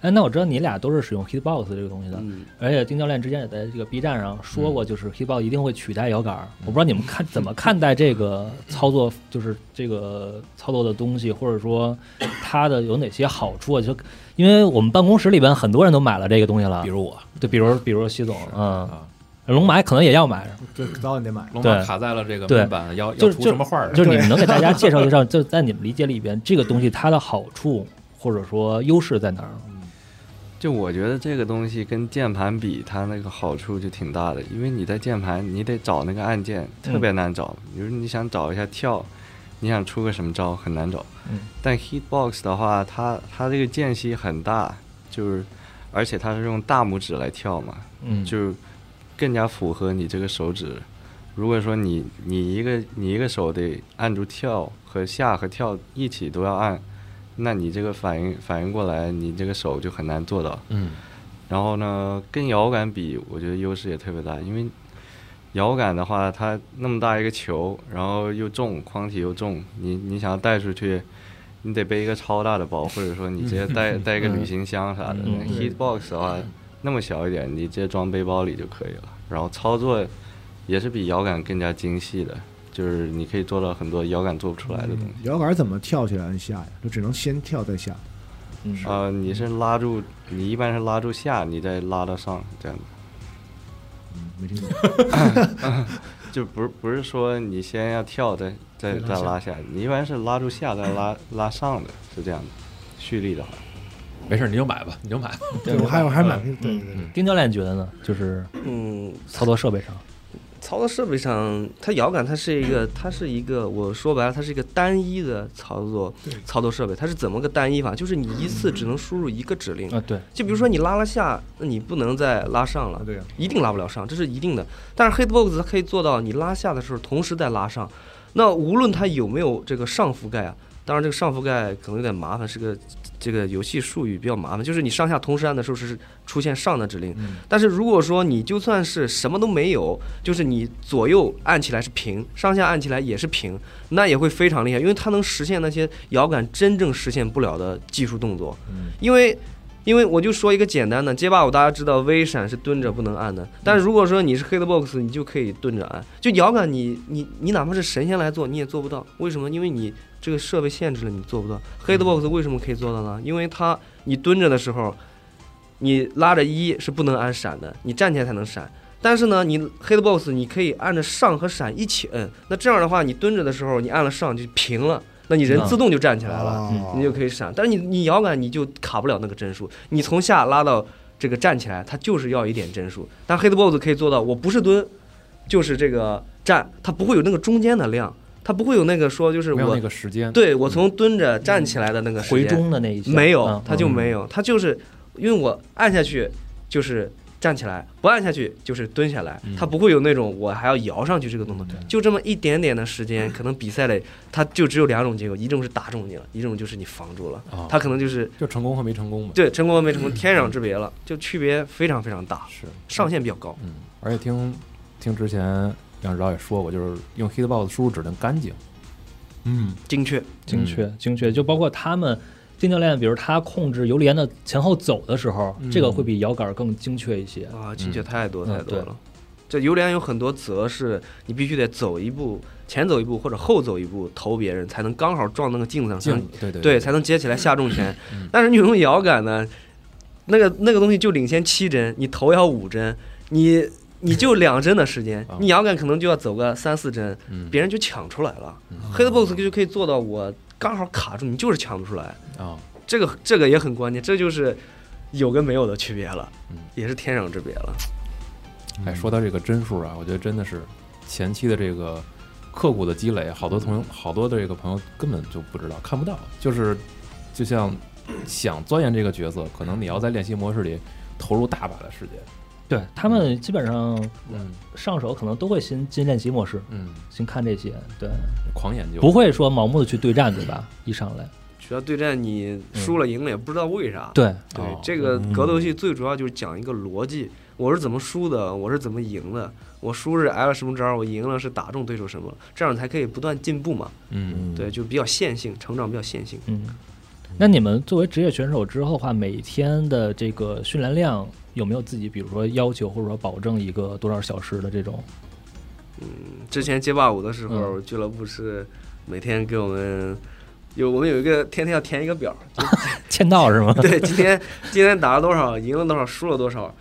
S3: 哎，那我知道你俩都是使用 Hitbox 这个东西的，
S5: 嗯，
S3: 而且丁教练之前也在这个 B 站上说过，就是 Hitbox 一定会取代摇杆儿。我不知道你们看怎么看待这个操作，就是这个操作的东西，或者说它的有哪些好处啊？就因为我们办公室里边很多人都买了这个东西了，
S2: 比如我
S3: 对，比如比如西总，嗯，
S2: 啊，
S3: 龙马可能也要买。
S1: 这早晚得买。
S2: 龙马
S3: 对
S2: 卡在了这个
S3: 对
S2: 门板，要要
S3: 就是
S2: 出什么画儿
S3: 就是你们能给大家介绍介绍，就在你们理解里边，这个东西它的好处或者说优势在哪儿？
S6: 就我觉得这个东西跟键盘比，它那个好处就挺大的，因为你在键盘你得找那个按键特
S3: 嗯
S6: 别难找，比如你想找一下跳，你想出个什么招很难找。
S3: 嗯
S6: 但 Hitbox 的话，它它这个间隙很大，就是而且它是用大拇指来跳嘛，
S3: 嗯，
S6: 就更加符合你这个手指如果说你你一个你一个手得按住跳和下和跳一起都要按，那你这个反应反应过来，你这个手就很难做到。
S2: 嗯，
S6: 然后呢，跟摇杆比，我觉得优势也特别大，因为摇杆的话，它那么大一个球，然后又重，框体又重，你你想要带出去，你得背一个超大的包，或者说你直接带带一个旅行箱啥的。
S3: 嗯
S6: 那 Heatbox 的话，那么小一点，你直接装背包里就可以了。然后操作也是比摇杆更加精细的，就是你可以做到很多摇杆做不出来的东西。
S1: 嗯摇杆怎么跳起来按下呀？就只能先跳再下。
S3: 嗯，
S6: 呃，你是拉住，你一般是拉住下，你再拉到上这样子。
S1: 嗯，没听懂。
S6: 就不是不是说你先要跳再再
S1: 再拉
S6: 再
S1: 下
S6: 拉下，你一般是拉住下再拉拉上的，是这样的。蓄力的话，
S2: 没事，你就买吧，你就买吧。
S1: 对，我还我还蛮对对对
S3: 嗯丁教练觉得呢？就是
S5: 嗯，
S3: 操作设备上，
S5: 操作设备上，它摇杆它是一个，它是一个，我说白了，它是一个单一的操作操作设备。它是怎么个单一法？就是你一次只能输入一个指令。
S3: 啊，对，
S5: 就比如说你拉了下，那你不能再拉上了，
S1: 啊对呀
S5: 一定拉不了上，这是一定的。但是 Hitbox 它可以做到你拉下的时候同时再拉上，那无论它有没有这个上覆盖啊，当然这个上覆盖可能有点麻烦，是个这个游戏术语比较麻烦，就是你上下同时按的时候是出现上的指令，但是如果说你就算是什么都没有，就是你左右按起来是平，上下按起来也是平，那也会非常厉害，因为它能实现那些摇杆真正实现不了的技术动作，因为。因为我就说一个简单的，街霸舞大家知道 V 闪是蹲着不能按的，但是如果说你是 Hitbox，你就可以蹲着按。就摇杆你你你哪怕是神仙来做，你也做不到。为什么？因为你这个设备限制了，你做不到。Hitbox 为什么可以做到呢？因为它你蹲着的时候，你拉着一是不能按闪的，你站起来才能闪。但是呢，你 Hitbox 你可以按着上和闪一起摁，那这样的话，你蹲着的时候你按了上就平了，那你人
S3: 嗯
S5: 自动就站起来了。
S1: 哦
S5: 你就可以闪。但是你你摇杆你就卡不了那个帧数，你从下拉到这个站起来，它就是要一点帧数。但 Hitbox 可以做到，我不是蹲，就是这个站，它不会有那个中间的量，它不会有那个说就是
S2: 没有
S5: 我、
S2: 那个时间，嗯
S5: 对我从蹲着站起来的那个时
S3: 回
S5: 间、
S3: 中的那一下
S5: 没有
S3: 嗯，
S5: 它就没有，它就是因为我按下去就是。站起来，不按下去就是蹲下来
S2: 嗯，
S5: 它不会有那种我还要摇上去这个动作，
S3: 嗯
S5: 就这么一点点的时间，可能比赛里它就只有两种结果，一种是打中你了，一种就是你防住了。
S3: 哦
S2: 啊，
S5: 他可能就是
S2: 就成功和没成功嘛。
S5: 对成功和没成功天壤之别了，就区别非常非常大，
S2: 是，
S5: 上限比较高。
S2: 嗯，而且听听之前杨指导也说过，就是用 Hitbox 输入指令干净，
S4: 嗯，
S5: 精确，
S3: 精确精确，就包括他们丁教练，比如他控制游离岩的前后走的时候，这个会比摇杆更精确一些。
S5: 啊，精确太多
S3: 嗯
S5: 太多
S3: 对
S5: 了。这榴莲有很多则是你必须得走一步，前走一步或者后走一步投别人，才能刚好撞那个镜子上，才能
S2: 净，对对
S5: 嗯
S2: 嗯
S5: 对，才能接起来下重拳。但是你用摇杆呢，那个那个东西就领先七帧，你头要五帧，你你就两帧的时间
S2: 啊，
S5: 你摇杆可能就要走个三四帧，
S2: 嗯
S5: 别人就抢出来了。黑的 box 就可以做到我刚好卡住，你就是抢不出来。
S2: 啊，
S5: 这个这个也很关键，这就是有跟没有的区别了
S2: 嗯，
S5: 也是天壤之别了。嗯
S2: 哎，说到这个帧数啊，我觉得真的是前期的这个刻苦的积累，好多
S5: 嗯
S2: 同好多的这个朋友根本就不知道看不到，就是就像想钻研这个角色，可能你要在练习模式里投入大把的时间。
S3: 对他们基本上
S2: 嗯
S3: 上手可能都会先进练习模式，
S2: 嗯，
S3: 先看这些，对，
S2: 狂研究
S3: 不会说盲目的去对战，对吧？一上来，
S5: 主要对战你输
S2: 嗯
S5: 了赢了也不知道为啥。
S3: 对，
S5: 对
S2: 哦，
S5: 这个格斗游戏最主要就是讲一个逻辑，我是怎么输的，我是怎么赢的，我输是挨了什么招儿，我赢了是打中对手什么，这样才可以不断进步嘛。
S2: 嗯
S5: 对，就比较线性，成长比较线性。
S3: 嗯。那你们作为职业选手之后的话，每天的这个训练量有没有自己，比如说要求或者说保证一个多少小时的这种？
S5: 嗯之前街霸舞的时候，俱乐部是每天给我们有我们有一个天天要填一个表，
S3: 签到是吗？
S5: 对，今天今天打了多少，赢了多少，输了多少。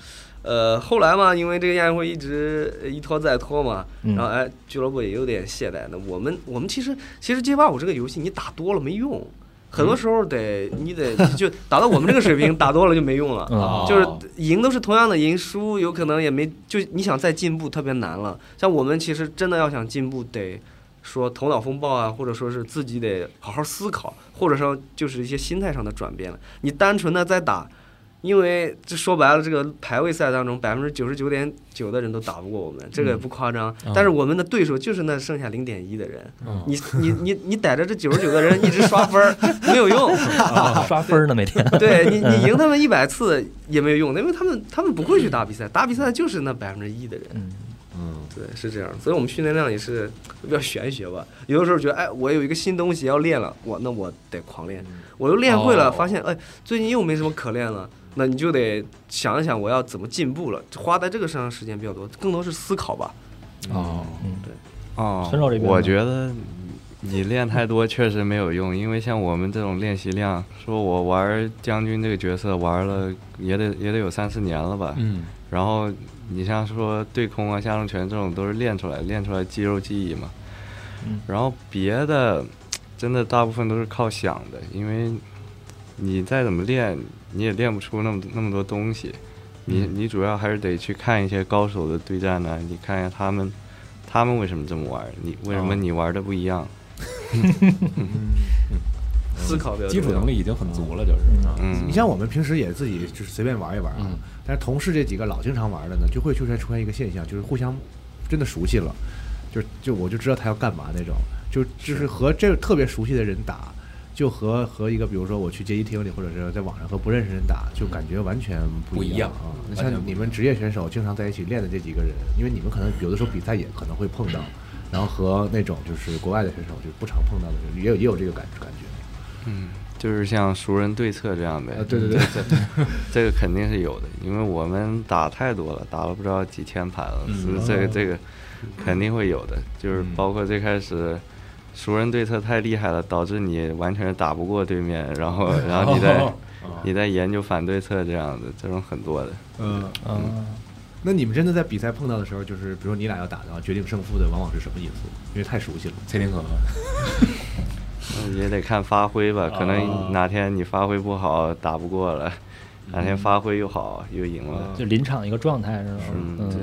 S5: 呃，后来嘛，因为这个亚运会一直呃一拖再拖嘛，
S3: 嗯
S5: 然后哎，俱乐部也有点懈怠。那我们我们其实其实街霸舞这个游戏，你打多了没用，很
S3: 嗯
S5: 多时候得你得就打到我们这个水 平，打多了就没用了。
S2: 哦
S3: 嗯，
S5: 就是赢都是同样的赢，输有可能也没就你想再进步特别难了。像我们其实真的要想进步，得说头脑风暴啊，或者说是自己得好好思考，或者说就是一些心态上的转变了。你单纯的在打，因为这说白了，这个排位赛当中百分之九十九点九的人都打不过我们，这个也不夸张。
S2: 嗯
S5: 但是我们的对手就是那剩下零点一的人，
S2: 嗯
S5: 你你你你逮着这九十九个人一直 刷分儿没有用，
S3: 啊刷分呢每天。
S5: 对你
S2: 嗯
S5: 你赢他们一百次也没有用，因为他们他们不会去打比赛，打比赛就是那百分之一的人。
S3: 嗯，
S5: 对，是这样，所以我们训练量也是比较玄学吧。有的时候觉得，哎，我有一个新东西要练了，我那我得狂练，我又练会了，
S2: 嗯哦
S5: 发现哎，最近又没什么可练了，那你就得想一想我要怎么进步了，花在这个上的时间比较多，更多是思考吧。嗯
S2: 哦，
S6: 哦
S3: 村长这，边呢
S6: 我觉得你练太多确实没有用，因为像我们这种练习量，说我玩将军这个角色玩了也得也得有三四年了吧，
S2: 嗯，
S6: 然后你像说对空啊、下重拳这种都是练出来练出来肌肉记忆嘛，
S3: 嗯
S6: 然后别的真的大部分都是靠想的，因为你再怎么练你也练不出那么那么多东西，你
S1: 嗯
S6: 你主要还是得去看一些高手的对战呢、你看一下他们他们为什么这么玩，你为什么
S2: 哦
S6: 你玩的不一样？
S5: 思考比较
S2: 基础
S5: 重要
S2: 能力已经很足了，就是啊
S6: 嗯，
S1: 你像我们平时也自己就是随便玩一玩啊，
S2: 嗯
S1: 但是同事这几个老经常玩的呢，就会出现出现一个现象，就是互相真的熟悉了，就就我就知道他要干嘛那种，就就是和这个特别熟悉的人打，就和和一个比如说我去街机厅里或者是在网上和不认识人打，就感觉完全不
S2: 不一样
S1: 啊。
S2: 完
S1: 像
S2: 全不一样
S1: 你们职业选手经常在一起练的这几个人，因为你们可能有的时候比赛也可能会碰到，然后和那种就是国外的选手就不常碰到的，就也有也有这个感感觉。
S6: 嗯，就是像熟人对策这样呗。
S1: 呃，对对对，
S6: 这个肯定是有的，因为我们打太多了，打了不知道几千盘了，所
S1: 嗯
S6: 以这个这个肯定会有的。就是包括最开始熟人对策太厉害了，导致你完全打不过对面，然后然后你再、
S1: 哦
S6: 你再研究反对策这样的，这种很多的。
S1: 嗯。
S3: 嗯，
S1: 那你们真的在比赛碰到的时候，就是比如说你俩要打的话，决定胜负的往往是什么因素？因为太熟悉了。
S2: 切丁可，
S6: 嗯也得看发挥吧，
S1: 哦
S6: 可能哪天你发挥不好，打不过了，哪
S1: 嗯
S6: 天发挥又好又赢
S1: 哦
S6: 了。
S3: 就临场一个状态是吧？
S6: 嗯
S3: 嗯，
S1: 因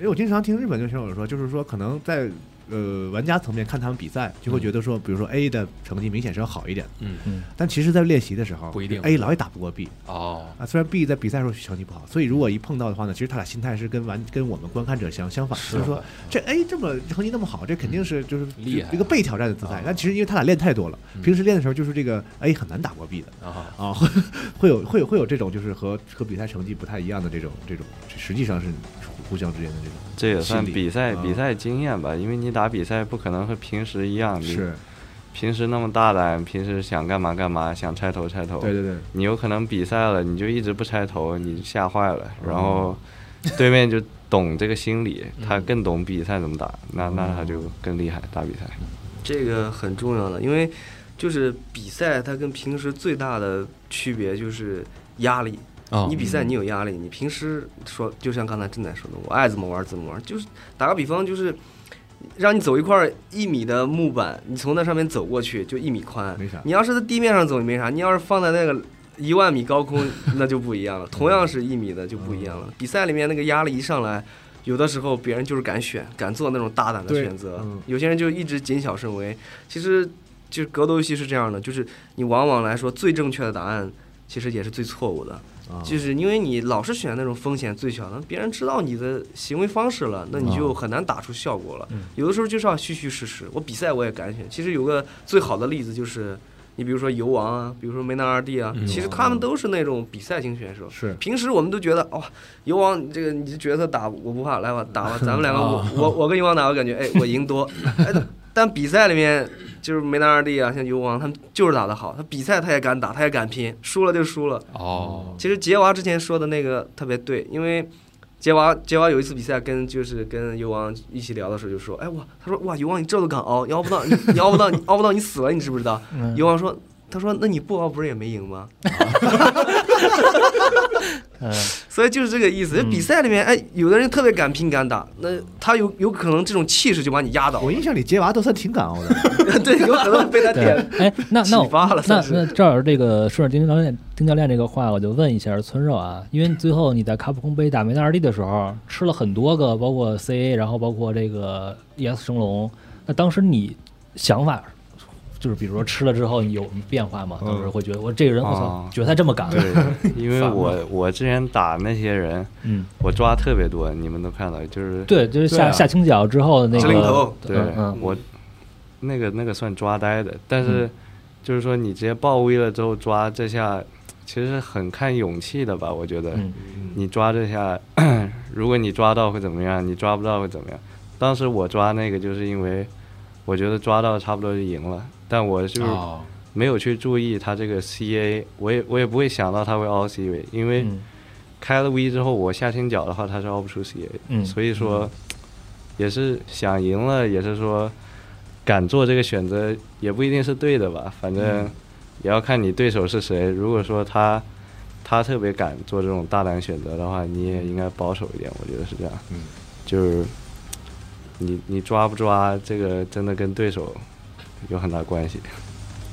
S1: 为哎我经常听日本的选手说，就是说可能在呃玩家层面看他们比赛，就会觉得说，比如说 A 的成绩明显是要好一点的，
S2: 嗯
S3: 嗯
S1: 但其实在练习的时候
S2: 不一定
S1: ，A 老也打不过 B
S2: 哦，
S1: 啊。虽然 B 在比赛的时候成绩不好，所以如果一碰到的话呢，其实他俩心态是跟玩跟我们观看者相相反，
S2: 啊
S1: 就是说这 A 这么成绩那么好，这肯定是就是
S2: 厉害啊
S1: 一个被挑战的姿态
S2: 啊。嗯
S1: 但其实因为他俩练太多了，平时练的时候就是这个 A 很难打过 B 的。
S2: 啊，
S1: 啊，会会有会有会有这种就是和和比赛成绩不太一样的这种这种，实际上是互相之间的这种
S6: 这也算
S1: 心理
S6: 比赛
S1: 啊
S6: 比赛经验吧，因为你打比赛不可能和平时一
S2: 嗯
S6: 样，你平时那么大胆，平时想干嘛干嘛，想拆头拆头。
S1: 对对对，
S2: 哦
S6: 你有可能比赛了，你就一直不拆头，你吓坏了，
S1: 嗯
S6: 然后对面就懂这个心理，他更懂比赛怎么打，那
S1: 嗯
S6: 那他就更厉害打比赛。
S5: 这个很重要的，因为就是比赛它跟平时最大的区别就是压力。
S2: 哦
S5: 你比
S1: 嗯
S5: 赛你有压力，你平时说就像刚才正仔说的，我爱怎么玩怎么玩，就是打个比方，就是让你走一块一米的木板，你从那上面走过去就一米宽，
S1: 没啥
S5: 你要是在地面上走没啥，你要是放在那个一万米高空那就不一样了，同样是一米的就不一样了。比赛里面那个压力一上来，有的时候别人就是敢选，敢做那种大胆的
S1: 对
S5: 选择，
S1: 嗯
S5: 有些人就一直谨小慎微。其实就是格斗游戏是这样的，就是你往往来说最正确的答案。其实也是最错误的，
S1: 啊，
S5: 就是因为你老是选那种风险最小的，别人知道你的行为方式了，那你就很难打出效果了。有的时候就是要虚虚实实。我比赛我也敢选，其实有个最好的例子就是，你比如说游王啊，比如说梅纳尔蒂啊，
S2: 嗯
S5: 其实他们都是那种比赛型选手。
S1: 是
S5: 平时我们都觉得哦，游王你这个你这角色打我不怕，来吧打吧，咱们两个我
S2: 啊
S5: 我我跟游王打，我感觉哎我赢多。哎但比赛里面就是梅纳尔蒂啊，像游王他们就是打得好，他比赛他也敢打，他也敢拼，输了就输了。
S2: 哦，
S5: 其实杰娃之前说的那个特别对，因为杰娃杰娃有一次比赛跟就是跟游王一起聊的时候就说，哎哇，他说哇游王你这都敢熬，你熬不到你 你熬不到你熬不到你死了，你知不知道？
S3: 嗯
S5: 游王说。他说：“那你不熬不是也没赢吗？
S3: 嗯
S5: 所以就是这个意思。就比赛里面，哎，有的人特别敢拼敢打，那他有有可能这种气势就把你压倒
S1: 我，印象里杰娃都算挺敢熬的，
S5: 对，有可能被他
S3: 对
S5: 点。，
S3: 哎，那那我
S5: 启发了
S3: 那
S5: 算是
S3: 那正好这个顺着丁教练丁教练这个话，我就问一下村肉啊，因为最后你在卡普空杯打梅纳尔蒂的时候，吃了很多个，包括 E CA，然后包括这个 EX 升龙，那当时你想法就是比如说吃了之后你有什么变化吗？
S4: 嗯
S3: 当时会觉得我这个人，我操
S6: 哦，
S3: 决赛这么 敢，
S6: 对，因为
S3: 烦吗
S6: 我我之前打那些人，
S3: 嗯，
S6: 我抓特别多，你们都看到，就是
S3: 对，就是
S6: 对
S3: 下
S6: 啊
S3: 下清脚之后那
S5: 指
S3: 个
S5: 令头，
S6: 对
S3: 嗯嗯
S6: 我那个那个算抓呆的，但是就是说你直接报位了之后抓这下，其实很看勇气的吧，我觉得。
S3: 嗯
S6: 你抓这下， 如果你抓到会怎么样？你抓不到会怎么样？当时我抓那个就是因为我觉得抓到差不多就赢了，但我就是
S2: 哦，
S6: 没有去注意他这个 CA，我也我也不会想到他会凹 C 位，因为
S3: 嗯
S6: 开了 V 之后我下清角的话他是凹不出 CA，、
S3: 嗯
S6: 所以说也是想赢了，也是说敢做这个选择也不一定是对的吧，
S3: 嗯
S6: 反正也要看你对手是谁。如果说他他特别敢做这种大胆选择的话，你也应该保守一点，我觉得是这样。
S4: 嗯，
S6: 就是你你抓不抓这个真的跟对手有很大关系。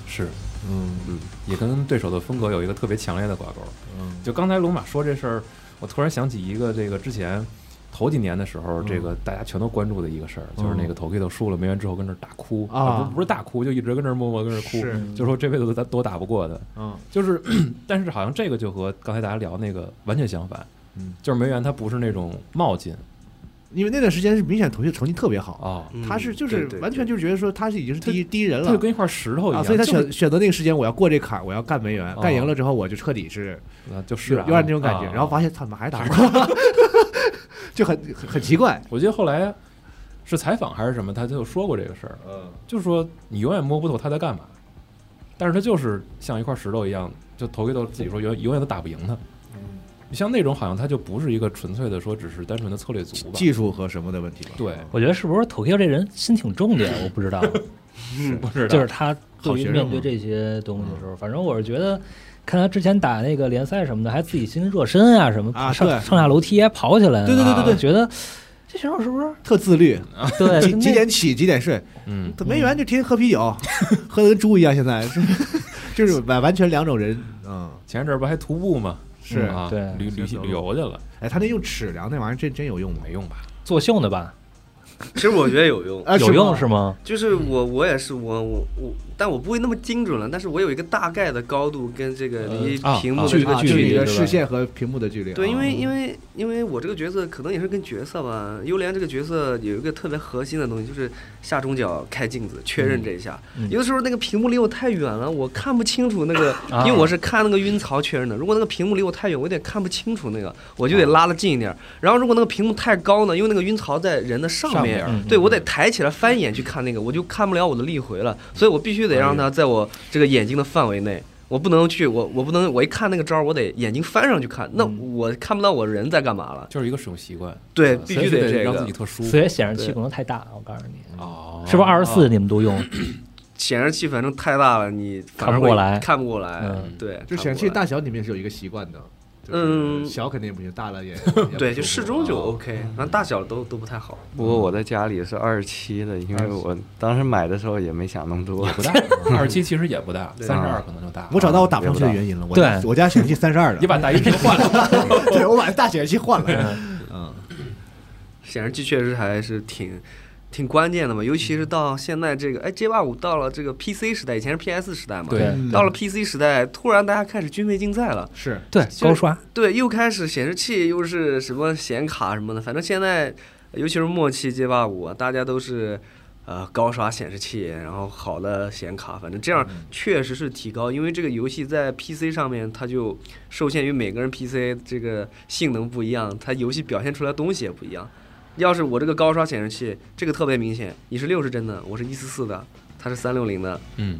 S2: 是，
S4: 嗯
S2: 也跟对手的风格有一个特别强烈的挂钩。
S4: 嗯
S2: 就刚才龙马说这事儿，我突然想起一个这个之前头几年的时候，这个大家全都关注的一个事儿，就是那个头 K 都输了，梅园之后跟那儿大哭
S1: 啊
S2: 不是不是大哭，就一直跟那儿默默跟那儿
S4: 是
S2: 哭，就说这辈子都打都打不过的。
S1: 嗯，
S2: 就是 但是好像这个就和刚才大家聊那个完全相反，
S4: 嗯，
S2: 就是梅园他不是那种冒进
S1: 因为那段时间是明显同学成绩特别好，
S2: 啊，
S5: 嗯
S1: 他是就是完全就是觉得说他是已经是第一第一人
S2: 他
S1: 了
S2: 就。跟一块石头一
S1: 啊，
S2: 样，
S1: 所以他
S2: 就
S1: 选选择那个时间，我要过这坎儿，我要干梅园，
S2: 哦
S1: 干赢了之后，我就彻底是
S2: 啊就是
S1: 有
S2: 啊
S1: 有点那种感觉，
S2: 啊
S1: 然后发现他们还打不过， 就很很很奇怪。
S2: 我记得后来是采访还是什么，他就说过这个事儿，
S4: 嗯
S2: 就是说你永远摸不透他在干嘛，但是他就是像一块石头一样，就头给头自己说永永远都打不赢他。
S1: 嗯
S2: 像那种好像他就不是一个纯粹的说只是单纯的策略组吧，
S4: 技术和什么的问题吧。
S2: 对，
S3: 我觉得是不是 Tokyo 这人心挺重的呀？我不知道，
S2: 不是嗯
S3: 就是他对
S4: 好学
S3: 于
S4: 生
S3: 面
S4: 嘛
S3: 对这些东西的时候，反正我是觉得，看他之前打那个联赛什么的，还自己先热身啊什么，
S1: 啊
S3: 上
S1: 对
S3: 上下楼梯还跑起来，
S1: 对对对对对
S3: 啊觉得这选手是不 是
S1: 特自律，
S3: 对
S1: 几
S3: 跟
S1: 几
S3: 那
S1: 点起几点睡，
S2: 嗯，
S1: 他梅园就天天喝啤酒， 喝的跟猪一样。现在就是完完全两种人，嗯，
S2: 前一阵儿不还徒步吗？
S1: 是
S2: 啊，
S3: 对
S2: 旅旅行旅游去了，
S1: 哎，他那用尺量那玩意儿真真有用吗？
S2: 没用吧？
S3: 作秀呢吧？
S5: 其实我觉得有用，
S1: 啊，
S3: 有用
S1: 是
S3: 是
S1: 吗？
S3: 吗？
S5: 就是我我也是我我我，但我不会那么精准了，但是我有一个大概的高度跟这个离
S2: 呃啊
S5: 屏幕
S2: 啊
S5: 的
S2: 距离
S5: 这个
S1: 啊，
S5: 距
S1: 就是
S5: 离
S1: 你的
S2: 对吧
S1: 视线和屏幕的距离。
S5: 对，因为
S1: 啊
S5: 因为因为我这个角色可能也是跟角色吧，幽莲这个角色有一个特别核心的东西，就是下中脚开镜子确认这一下。
S3: 嗯
S5: 有的时候那个屏幕离我太远了，我看不清楚那个，
S3: 啊
S5: 因为我是看那个晕槽确认的。如果那个屏幕离我太远，我有点看不清楚那个，我就得拉得近一点。然后如果那个屏幕太高呢，因为那个晕槽在人的上面，啊
S2: 上边儿
S3: 嗯
S5: 对我得抬起来翻眼去看那个，我就看不了我的力回了，所以我必须得让它在我这个眼睛的范围内。我不能去，我我不能，我一看那个招儿，我得眼睛翻上去看，那我看不到我人在干嘛了。
S2: 就是一个使用习惯，
S5: 对，
S2: 啊
S5: 必
S2: 所以
S5: 须
S2: 得
S5: 这
S2: 让自己
S5: 个。
S2: 特
S3: 嗯
S2: 舒服
S3: 所以显示器可能太大，我告诉你，
S2: 哦，
S3: 是不是二十四你们都用？
S5: 显示器反正太大了，你反而
S3: 看不过来
S5: 会看不过来。
S3: 嗯
S5: 对，
S1: 就
S5: 看
S1: 显示器
S5: 不过来
S1: 大小你们也是有一个习惯的，就是
S5: 嗯
S1: 小肯定也不啊行，大了 也
S5: 对，就适中就 OK，反正大小都都不太好。
S6: 不过我在家里是二十七的，因为我当时买的时候也没想那么多
S2: 也。不大，二十七其实也不大，三十二可能就大。
S1: 啊我找到我打不上去的原因了，我
S3: 对
S1: 我家显示器三十二的，
S2: 你把大衣屏换了，
S1: 对我把大显示器换了，嗯，
S5: 显示器确实还是挺挺关键的嘛，尤其是到现在这个，哎，J 八五到了这个 PC 时代，以前是 PS 时代嘛，
S2: 对
S1: 嗯
S5: 到了 PC 时代，突然大家开始军备竞赛了，
S1: 是
S3: 对，高刷，
S5: 对，又开始显示器，又是什么显卡什么的，反正现在，尤其是末期 J 八五，啊大家都是。呃，高刷显示器，然后好的显卡，反正这样确实是提高，因为这个游戏在 PC 上面，它就受限于每个人 PC 这个性能不一样，它游戏表现出来的东西也不一样。要是我这个高刷显示器，这个特别明显，你是六十帧的，我是一四四的，它是三六零的，
S2: 嗯，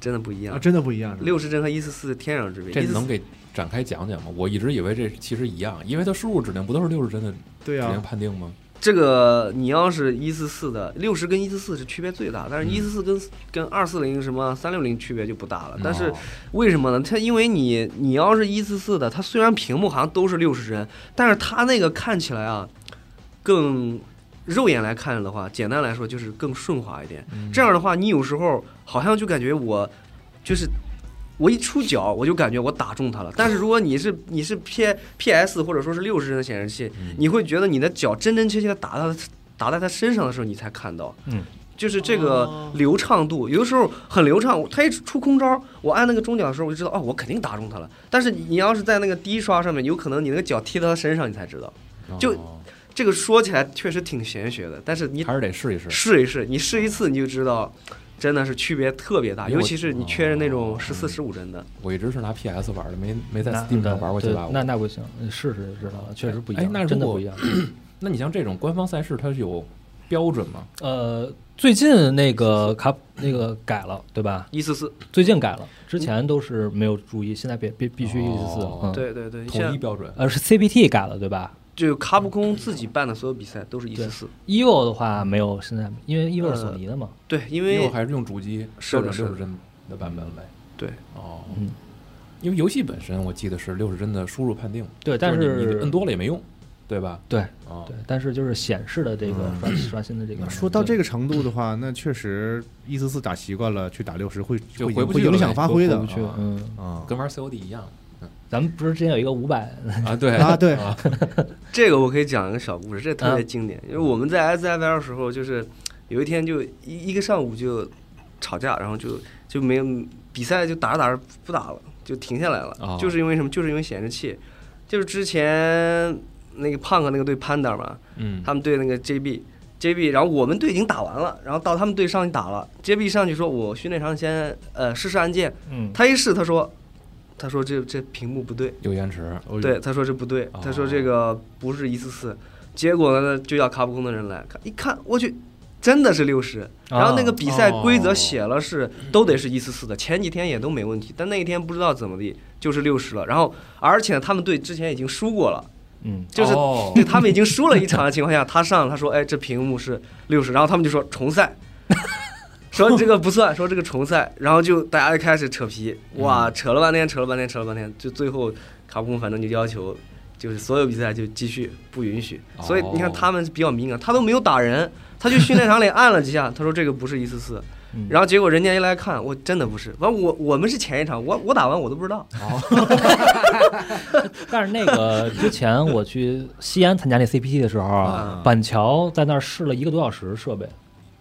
S5: 真的不一
S1: 啊，
S5: 样。
S1: 真的不一样，是吧
S5: 六十帧和一四四天壤之别。
S2: 这
S5: 144
S2: 能给展开讲讲吗？我一直以为这其实一样，因为它输入指令不都是六十帧的指
S1: 对
S2: 令
S1: 啊，
S2: 判定吗？
S5: 这个你要是一四四的六十跟一四四是区别最大，但是
S2: 嗯
S5: 一四四跟跟二四零什么三六零区别就不大了。但是
S2: 哦
S5: 为什么呢？它因为你你要是一四四的，它虽然屏幕好像都是六十帧，但是它那个看起来啊，更肉眼来看的话，简单来说就是更顺滑一点。
S2: 嗯
S5: 这样的话，你有时候好像就感觉我就是我一出脚，我就感觉我打中它了。但是如果你是你是 P P S 或者说是六十帧的显示
S2: 嗯
S5: 器，你会觉得你的脚真真切切的打到它打在它身上的时候，你才看到。
S3: 嗯，
S5: 就是这个流畅度，有的时候很流畅，他一出空招，我按那个中脚的时候，我就知道哦，我肯定打中他了。但是你要是在那个低刷上面，有可能你那个脚踢到他身上，你才知道。就
S2: 哦
S5: 这个说起来确实挺玄学的，但是你
S2: 还是得试一试。
S5: 试一试，你试一次你就知道，真的是区别特别大，
S2: 因为
S5: 尤
S2: 我
S5: 其是你确认那种十四
S2: 哦
S5: 十五帧的，
S2: 我一直是拿 PS 玩的，没没在
S3: 那
S2: Steam 上玩过
S3: 对
S2: 街霸五。
S3: 那那不行，你试试就知道了，确实不一
S2: 哎
S3: 样，
S2: 那如
S3: 真的
S2: 果
S3: 不一样。
S2: 那你像这种官方赛事，它是有标准吗？
S3: 呃，最近那个卡那个改了，对吧？
S5: 一四四，
S3: 最近改了，之前都是没有注意，现在别必必须一四四
S2: 哦，
S3: 嗯，，
S5: 对对对，
S2: 统一
S5: 像
S2: 标准？
S3: 呃是 CPT 改了，对吧
S5: 就卡普空自己办的所有比赛都是一四四，
S3: ？EVO ？E 的话没有，现在因为 EVO 是索尼的嘛，
S5: 对，因
S2: 因为
S5: 为
S2: 我还是用主机
S5: 是
S2: 标准
S5: 的是的
S2: 六十帧的版本呗。
S5: 对，
S2: 哦，
S3: 嗯，
S2: 因为游戏本身我记得是六十帧的输入判定，
S3: 对，但
S2: 就是你你摁多了也没用，对吧？
S3: 对
S2: 哦
S3: 对，，但是就是显示的这个刷刷新的
S2: 嗯
S3: 这个，
S4: 说到这个程度的话，那确实一四四打习惯了，去打六十会
S2: 就
S4: 会
S2: 回不去了
S4: 影响
S2: 呗
S4: 发挥
S3: 回
S4: 的
S3: 不去，
S2: 啊
S3: 嗯，
S4: 啊
S2: 跟玩 COD 一样
S3: 咱们不是之前有一个五百，
S2: 啊，对
S4: 啊！对，
S5: 这个我可以讲一个小故事，这特
S2: 嗯
S5: 别
S3: 啊
S5: 经典，因为我们在 S F L 时候，就是有一天就一一个上午就吵架，然后就就没有比赛就打着打着不打了，就停下来了，
S2: 哦
S5: 就是因为什么？就是因为显示器，就是之前那个胖哥那个队 Panda 嘛，
S2: 嗯，
S5: 他们队那个 JB。JB，然后我们队已经打完了，然后到他们队上去打了。JB 上去说：“我训练场先呃试试按键。
S3: 嗯”，
S5: 他一试，他说：“他说这这屏幕不对。”
S2: 哦有延迟，
S5: 对，他说这不对，他说这个不是一四四，结果呢就叫卡普空的人来看，一看我去，真的是六十。然后那个比赛规则写了是都得是一四四的，前几天也都没问题，但那一天不知道怎么地就是六十了。然后而且他们队之前已经输过了，
S3: 嗯，
S5: 就是
S2: 哦
S5: 对他们已经输了一场的情况下，他上他说哎这屏幕是六十，然后他们就说 重赛。说这个不算，说这个重赛，然后就大家就开始扯皮，
S2: 嗯
S5: 哇，扯了半天，扯了半天，扯了半天，就最后卡普空反正就要求，就是所有比赛就继续不允许，
S2: 哦
S5: 所以你看他们比较敏感，他都没有打人，他去训练场里按了几下，他说这个不是一四四
S3: 嗯，
S5: 然后结果人家一来看，我真的不是，完我我们是前一场，我我打完我都不知道，
S3: 但是那个之前我去西安参加那 CPT 的时候
S5: 啊，
S3: 板桥在那儿试了一个多小时设备，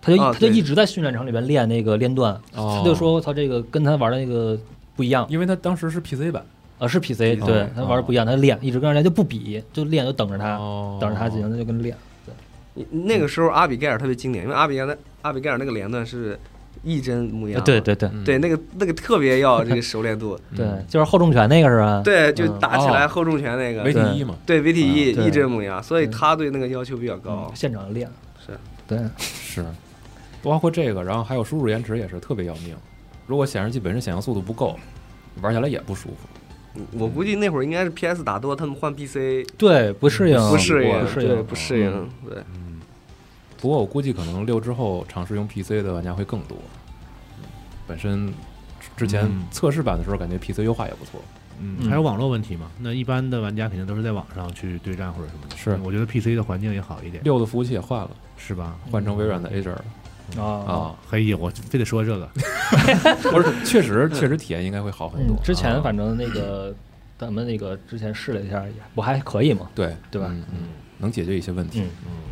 S3: 他就一
S5: 啊
S3: 他就
S5: 对
S3: 一直在训练场里边练那个连段，
S2: 哦
S3: 他就说我操这个跟他玩的那个不一样，
S2: 因为他当时是 PC 版，
S3: 呃是 PC，对他玩的不一样，他练一直跟人练就不比，就练就等着他，
S2: 哦
S3: 等着他进行，他就跟着练。
S5: 你那个时候阿比盖尔特别经典，因为阿比盖尔那阿比盖尔那个连段是一帧模样，
S3: 啊对啊对对
S2: 嗯
S5: 对，那个那个特别要这个熟 练度，
S2: 嗯
S3: 对，就是后重拳那个是吧？
S5: 对，就打起来
S2: 哦
S5: 后重拳那个，
S2: v t 一嘛，
S5: 对 VTE
S3: 啊对
S5: 一帧模样，所以
S3: 对
S5: 他对那个要求比较高
S3: 嗯，，现场练
S5: 是
S3: 对，
S2: 是，包括这个，然后还有输入延迟也是特别要命。如果显示器本身显像速度不够，玩起来也不舒服。
S3: 嗯
S5: 我估计那会儿应该是 PS 打多，他们换 PC
S3: 对不适应，
S5: 不适应，
S3: 嗯不适
S5: 对，
S3: 应，嗯
S5: 不适应，对，
S2: 不过我估计可能六之后尝试用 PC 的玩家会更多。本身之前
S4: 嗯
S2: 测试版的时候，感觉 PC 优化也不错。
S4: 嗯，
S3: 嗯
S4: 还有网络问题嘛？那一般的玩家肯定都是在网上去对战或者什么的。
S2: 是
S4: 我觉得 PC 的环境也好一点，
S2: 六的服务器也换了，
S4: 是吧？
S2: 换成微软的 Azure 了
S3: 啊。
S2: 啊，
S4: 嘿呀，我非得说 这个，
S2: 不是，确实确实体验应该会好很多
S3: 嗯，。之前
S2: 啊
S3: 反正那个咱们那个之前试了一下，也不还可以嘛。
S2: 对
S3: 对吧
S2: 嗯嗯，能解决一些问题。
S3: 嗯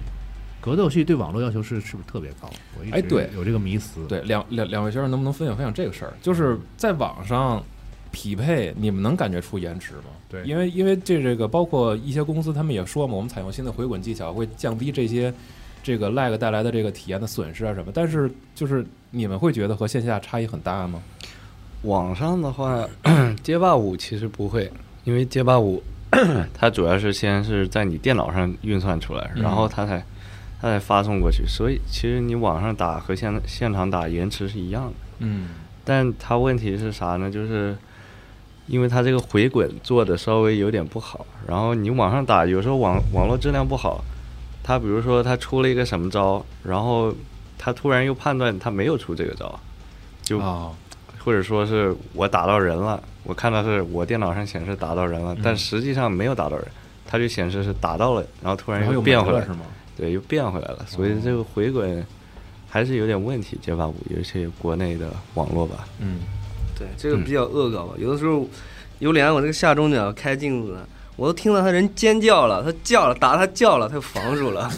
S4: 格斗游戏对网络要求是是不是特别高？我一直
S2: 哎对
S4: 有这个迷思。
S2: 对，两两两位学生能不能分享分享这个事儿？就是在网上匹配，你们能感觉出延迟吗？
S4: 对
S2: 因为因为这这个包括一些公司他们也说嘛，我们采用新的回滚技巧会降低这些这个 lag 带来的这个体验的损失啊什么。但是就是你们会觉得和线下差异很大吗？
S6: 网上的话，街霸五其实不会，因为街霸五它主要是先是在你电脑上运算出来，
S2: 嗯
S6: 然后它才它才发送过去，所以其实你网上打和现现场打延迟是一样的。
S2: 嗯，
S6: 但它问题是啥呢？就是因为它这个回滚做的稍微有点不好，然后你网上打有时候网网络质量不好，它比如说它出了一个什么招，然后它突然又判断它没有出这个招，就
S2: 啊，
S6: 或者说是我打到人了，我看到是我电脑上显示打到人了，
S2: 嗯
S6: 但实际上没有打到人，它就显示是打到了，然后突
S2: 然后
S6: 又
S2: 又
S6: 变
S2: 没
S6: 回
S2: 了
S6: 来
S2: 是，吗？哦
S6: 对，又变回来了，所以这个回滚还是有点问题，街霸五，尤其国内的网络吧。
S3: 嗯
S2: 嗯，
S5: 对，这个比较恶搞吧。有的时候有脸，我这个下中脚开镜子，我都听到他人尖叫了，他叫了，打他叫了，他就防住了。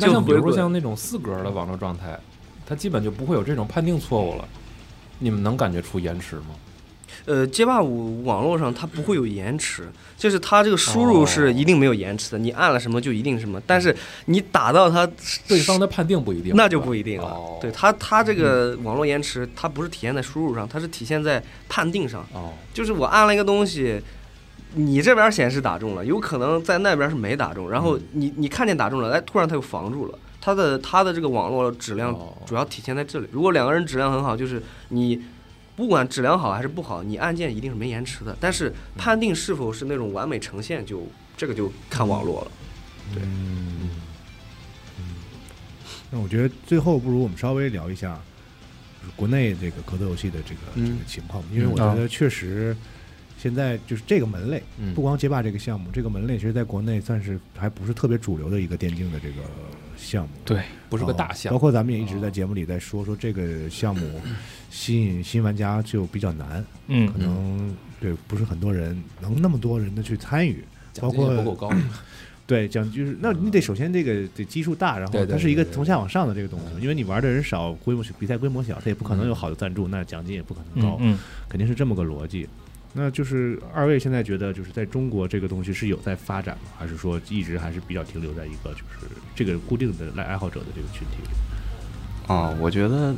S2: 那像比如
S5: 就回
S2: 说
S5: 滚
S2: 像那种四格的网络状态，它基本就不会有这种判定错误了。你们能感觉出延迟吗？
S5: 呃，街霸五网络上它不会有延迟，就是它这个输
S2: 哦
S5: 入是一定没有延迟的，你按了什么就一定什么。但是你打到它，
S2: 对方的判定不一定，
S5: 那就
S2: 对吧
S5: 不一定了。
S2: 哦嗯
S5: 对它，它这个网络延迟，它不是体现在输入上，它是体现在判定上。
S2: 哦，
S5: 就是我按了一个东西，你这边显示打中了，有可能在那边是没打中，然后你你看见打中了，哎，突然它又防住了。它的它的这个网络质量
S2: 哦
S5: 主要体现在这里。如果两个人质量很好，就是你不管质量好还是不好，你按键一定是没延迟的。但是判定是否是那种完美呈现就，这个就看网络了。
S4: 嗯那我觉得最后不如我们稍微聊一下就是国内这个格斗游戏的这个、
S2: 嗯
S4: 这个情况，因为我觉得确实现在就是这个门类，
S2: 啊嗯
S4: 不光街霸这个项目，这个门类其实在国内算是还不是特别主流的一个电竞的这个项目。
S2: 对，
S4: 不
S2: 不
S5: 哦
S2: 是个大项啊
S4: 包，括咱们也一直在节目里在说，说这个项 目吸引新玩家就比较难，
S3: 嗯
S4: 可能对不是很多人能那么多人的去参与，包
S2: 奖金也不够
S4: 括
S2: 高。
S4: 对讲就是那你得首先这个得基数大，然
S2: 嗯对
S4: 后
S2: 对
S4: 它是一个
S2: 对对对
S4: 从下往上的这个东西，因为你玩的人少，规模比赛规模小，它也不可能有好的赞助，那奖金也不可能
S3: 嗯
S4: 高，
S3: 嗯，
S4: 肯定是这么个逻辑。那就是二位现在觉得，就是在中国这个东西是有在发展吗？还是说一直还是比较停留在一个就是这个固定的爱爱好者的这个群体里？
S6: 啊、我觉得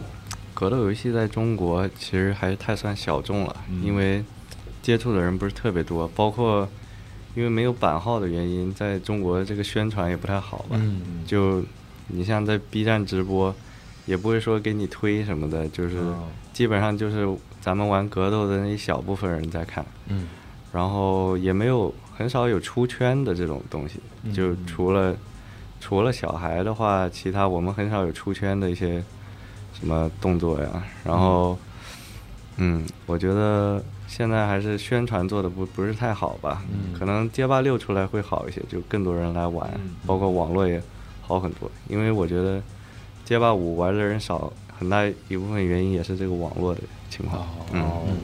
S6: 格斗游戏在中国其实还是太算小众了，
S4: 嗯
S6: 因为接触的人不是特别多，包括因为没有版号的原因，在中国这个宣传也不太好吧。
S2: 嗯，
S6: 就你像在 B 站直播，也不会说给你推什么的，就是
S4: 哦
S6: 基本上就是咱们玩格斗的那一小部分人在看，
S2: 嗯，
S6: 然后也没有很少有出圈的这种东西，
S2: 嗯
S6: 就除了除了小孩的话，其他我们很少有出圈的一些什么动作呀，然后。嗯，我觉得现在还是宣传做的不不是太好吧，
S2: 嗯
S6: 可能街霸六出来会好一些，就更多人来玩，
S2: 嗯
S6: 包括网络也好很多。因为我觉得街霸五玩的人少，很大一部分原因也是这个网络的情况。
S2: 哦
S6: 嗯，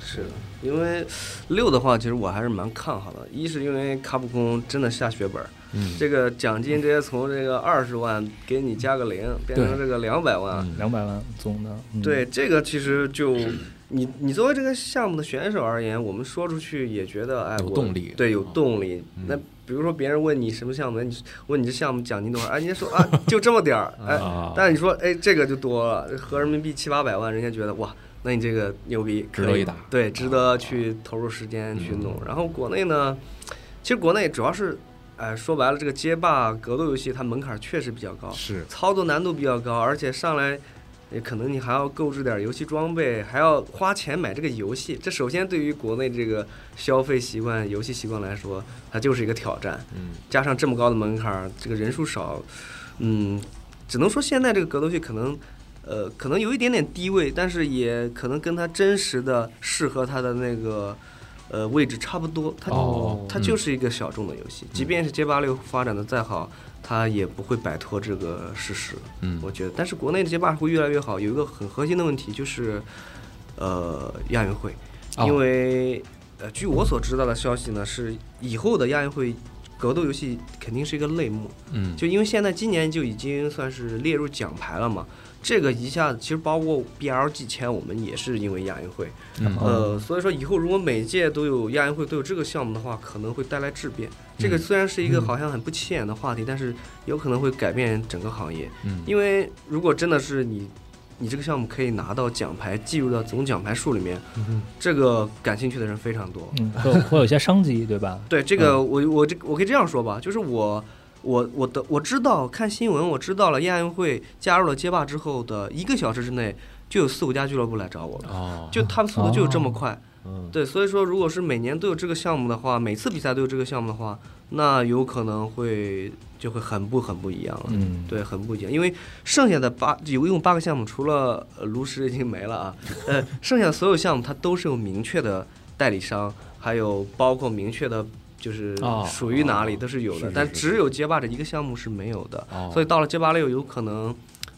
S5: 是的，因为六的话，其实我还是蛮看好的。一是因为卡普空真的下血本儿，
S2: 嗯
S5: 这个奖金直接从这个二十万给你加个零，变成这个两百万。
S2: 嗯
S3: 两百万总的，嗯
S5: 对，这个其实就你你作为这个项目的选手而言，我们说出去也觉得哎，
S2: 有
S5: 我
S2: 动力
S5: 对，有
S2: 啊
S5: 动力。那比如说别人问你什么项目，你问你这项目奖金多少，哎，人家说啊就这么 点儿，哎
S2: 啊，
S5: 但是你说哎这个就多了，合人民币七八百万，人家觉得哇。那你这个牛逼，
S2: 值
S5: 可
S2: 得
S5: 以
S2: 一打
S5: 对，值得去投入时间去弄。然后国内呢，其实国内主要是，哎，说白了，这个街霸格斗游戏它门槛确实比较高，
S4: 是
S5: 操作难度比较高，而且上来，呃可能你还要购置点游戏装备，还要花钱买这个游戏。这首先对于国内这个消费习惯、游戏习惯来说，它就是一个挑战。
S2: 嗯，
S5: 加上这么高的门槛儿，这个人数少，嗯，只能说现在这个格斗剧可能。呃，可能有一点点低位，但是也可能跟它真实的适合它的那个呃位置差不多。它、
S2: 哦嗯
S5: 它就是一个小众的游戏，即便是街霸六发展的再好，它也不会摆脱这个事实。
S2: 嗯
S5: 我觉得，但是国内的街霸会越来越好。有一个很核心的问题就是，呃，亚运会，
S2: 哦
S5: 因为呃，据我所知道的消息呢，是以后的亚运会格斗游戏肯定是一个类目，
S2: 嗯，
S5: 就因为现在今年就已经算是列入奖牌了嘛。这个一下子，其实包括 BLG 签我们也是因为亚运会，
S2: 嗯
S5: 呃，所以说以后如果每届都有亚运会都有这个项目的话，可能会带来质变。这个
S2: 嗯
S5: 虽然是一个好像很不起眼的话题，但是有可能会改变整个行业。
S2: 嗯
S5: 因为如果真的是你，你这个项目可以拿到奖牌，计入到总奖牌数里面，
S2: 嗯
S5: 这个感兴趣的人非常多。
S3: 嗯，会有会有一些商机，对吧？
S5: 对这个，我我这我可以这样说吧，就是我我我的我知道看新闻，我知道了亚运会加入了街霸之后的一个小时之内，就有四五家俱乐部来找我了，
S2: 哦，
S5: 就他们速度就有这么快。
S4: 嗯
S5: 对，所以说如果是每年都有这个项目的话，每次比赛都有这个项目的话，那有可能会就会很不很不一样了。
S3: 嗯，
S5: 对，很不一样，因为剩下的八有一共八个项目，除了呃炉石已经没 了啊，呃，剩下的所有项目它都是有明确的代理商，还有包括明确的，就是
S2: 哦
S5: 属于哪里
S2: 哦
S5: 都是有的，
S2: 是是
S5: 但
S2: 是
S5: 只有街霸这一个项目是没有的，
S2: 哦
S5: 所以到了街霸六有可能。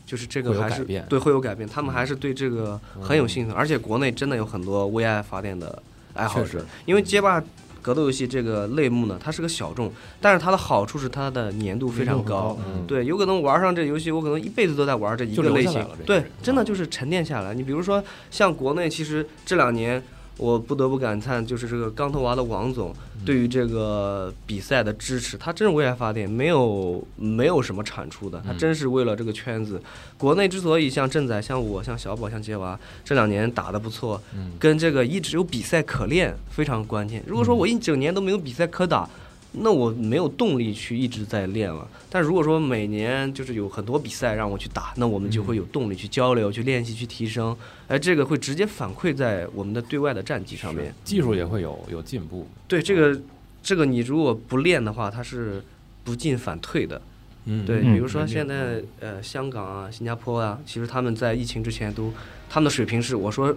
S5: 就是这
S2: 会
S5: 个
S2: 有
S5: 还
S2: 改
S5: 是
S2: 变嗯
S5: 对会有改变，他们还是对这个很有兴趣，而且国内真的有很多为爱发电的爱好
S2: 确
S5: 者
S2: 实，
S5: 因为街霸格斗游戏这个类目呢，它是个小众，但是它的好处是它的粘度非常高。
S2: 嗯，
S5: 对，有可能玩上这游戏，我可能一辈子都在玩这一
S2: 就
S5: 个
S2: 留
S5: 类
S2: 下来
S5: 型
S2: 了这。
S5: 对
S2: 个是，
S5: 真的就是沉淀下来。你比如说，像国内其实这两年，我不得不感叹，就是这个钢头娃的王总
S2: 嗯
S5: 对于这个比赛的支持，他真是为爱发电，没有没有什么产出的，他
S2: 嗯
S5: 真是为了这个圈子。国内之所以像正仔、像我、像小宝、像杰娃这两年打得不错，
S2: 嗯，
S5: 跟这个一直有比赛可练非常关键。如果说我一整年都没有比赛可打，那我没有动力去一直在练了。但如果说每年就是有很多比赛让我去打，那我们就会有动力去交流、去练习、去提升。哎，这个会直接反馈在我们的对外的战绩上面。
S2: 技术也会有有进步，
S5: 对这个，这个你如果不练的话，它是不进反退的。
S2: 嗯，
S5: 对，
S3: 嗯
S5: 比如说现在呃，香港啊、新加坡啊，其实他们在疫情之前都，他们的水平是我说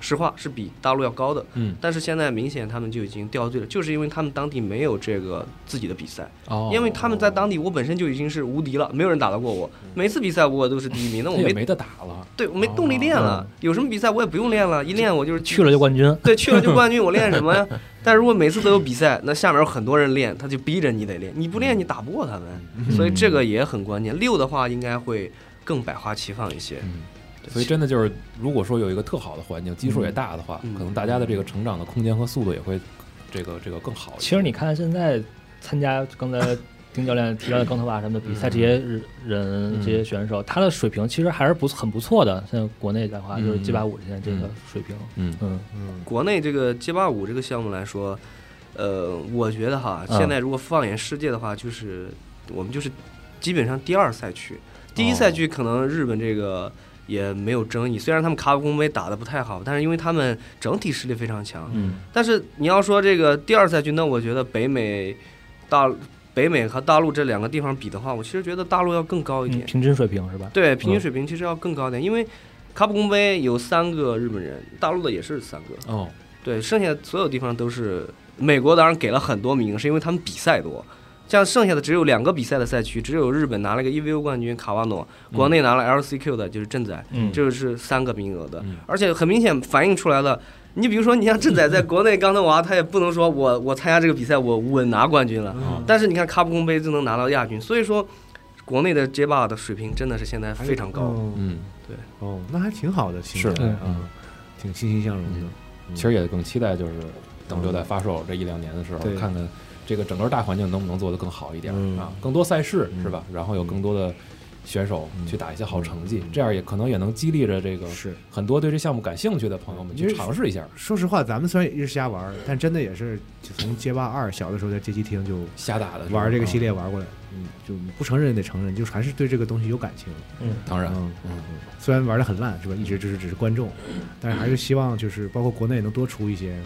S5: 实话是比大陆要高的，
S2: 嗯，
S5: 但是现在明显他们就已经掉队了，就是因为他们当地没有这个自己的比赛，
S2: 哦，
S5: 因为他们在当地我本身就已经是无敌了，没有人打得过我，每次比赛我都是第一名，那我
S2: 他也
S5: 没
S2: 没得打了，
S5: 对我没动力练了，有什么比赛我也不用练了，一练我就是
S3: 去了就冠军。
S5: 对，去了就冠军，我练什么呀？但如果每次都有比赛，那下面有很多人练，他就逼着你得练，你不练你打不过他们，所以这个也很关键。六的话应该会更百花齐放一些，
S2: 嗯。所以真的就是，如果说有一个特好的环境，基数也大的话，
S5: 嗯
S2: 可能大家的这个成长的空间和速度也会，这个这个更好一些。
S3: 其实你看现在参加刚才丁教练提到的钢头娃什么的比赛，这些人、这些选手，他的水平其实还是不很不错的。现在国内的话，就是
S2: 嗯
S3: G 八五现在这个
S2: 嗯
S3: 水平，
S2: 嗯
S3: 嗯
S5: 国内这个街霸舞这个项目来说，呃，我觉得哈，
S3: 嗯
S5: 现在如果放眼世界的话，就是我们就是基本上第二赛区，第
S3: 哦
S5: 一赛区可能日本这个。也没有争议，虽然他们卡普空杯打得不太好，但是因为他们整体实力非常强，
S3: 嗯，
S5: 但是你要说这个第二赛区，那我觉得北美、大北美和大陆这两个地方比的话，我其实觉得大陆要更高一点。
S3: 平均水平是吧？
S5: 对，平均水平其实要更高一点，因为卡普空杯有三个日本人，大陆的也是三个，
S2: 哦，
S5: 对，剩下所有地方都是美国，当然给了很多名额，是因为他们比赛多。像剩下的只有两个比赛的赛区，只有日本拿了个 EVO 冠军卡瓦诺，国内拿了 LCQ 的就是正仔，
S3: 嗯，
S5: 这是三个名额的
S2: 嗯，
S5: 而且很明显反映出来了。你比如说，你像郑仔在国内刚才娃，他也不能说我我参加这个比赛我稳拿冠军了，
S2: 哦
S5: 但是你看卡普空杯就能拿到亚军，所以说国内的街霸的水平真的是现在非常高。
S1: 嗯
S2: 嗯，
S1: 哦，那还挺好的，听起来
S2: 是
S4: 嗯
S2: 嗯
S3: 对
S1: 啊，挺欣欣向荣的。
S2: 其实也更期待就是等六代发售这一两年的时候，
S1: 嗯对
S2: 看看这个整个大环境能不能做得更好一点、
S1: 嗯
S2: 啊，更多赛事、
S1: 嗯
S2: 是吧？然后有更多的选手
S1: 嗯
S2: 去打一些好成绩，
S1: 嗯
S2: 这样也可能也能激励着这个
S1: 是，
S2: 很多对这项目感兴趣的朋友们
S1: 因
S2: 去
S1: 为
S2: 尝试一下。
S1: 说实话，咱们虽然也是瞎玩儿，但真的也是从街霸二小的时候在街机厅就
S2: 瞎打的时候
S1: 玩这个系，
S2: 啊
S1: 列玩过来，嗯，就不承认也得承认，就是还是对这个东西有感情。
S2: 啊当然，
S1: 嗯嗯，嗯虽然玩的很烂是吧，一直就是只是观众，但是还是希望就是包括国内能多出一些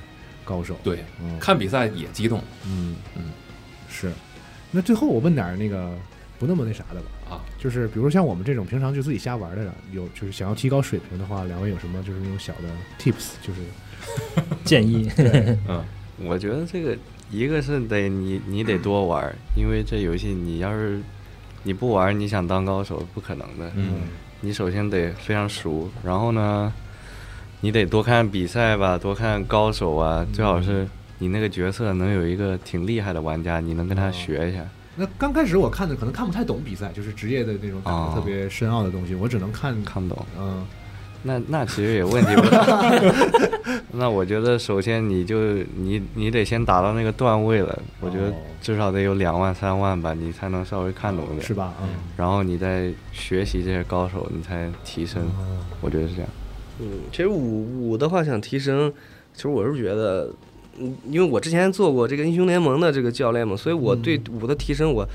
S1: 高手。
S2: 对，
S1: 嗯，
S2: 看比赛也激动
S1: 嗯嗯，
S2: 嗯
S1: 是。那最后我问点儿那个不那么那啥的吧，
S2: 啊。
S1: 就是比如像我们这种平常就自己瞎玩的人，有就是想要提高水平的话，两位有什么就是那种小的 tips，就是
S3: 建议
S6: 我觉得这个一个是得你你
S1: 嗯
S6: 得多玩儿，因为这游戏你要是你不玩儿，你想当高手不可能的。
S2: 嗯，
S6: 你首先得非常熟，然后呢，你得多看比赛吧，多看高手啊，
S1: 嗯
S6: 最好是你那个角色能有一个挺厉害的玩家，你能跟他学一下。
S1: 那刚开始我看的可能看不太懂比赛，就是职业的那种打
S6: 哦
S1: 的特别深奥的东西，我只能啊看
S6: 看不懂，
S1: 嗯
S6: 那那其实也问题不 大。那我觉得首先你就你你得先达到那个段位了，我觉得
S1: 哦
S6: 至少得有两万三万吧，你才能稍微看懂点。
S1: 是吧？嗯，
S6: 然后你再学习这些高手，你才提升。我觉得是这样。
S5: 嗯，其实五五的话想提升，其实我是觉得，嗯，因为我之前做过这个英雄联盟的这个教练嘛，所以我对五的提升我，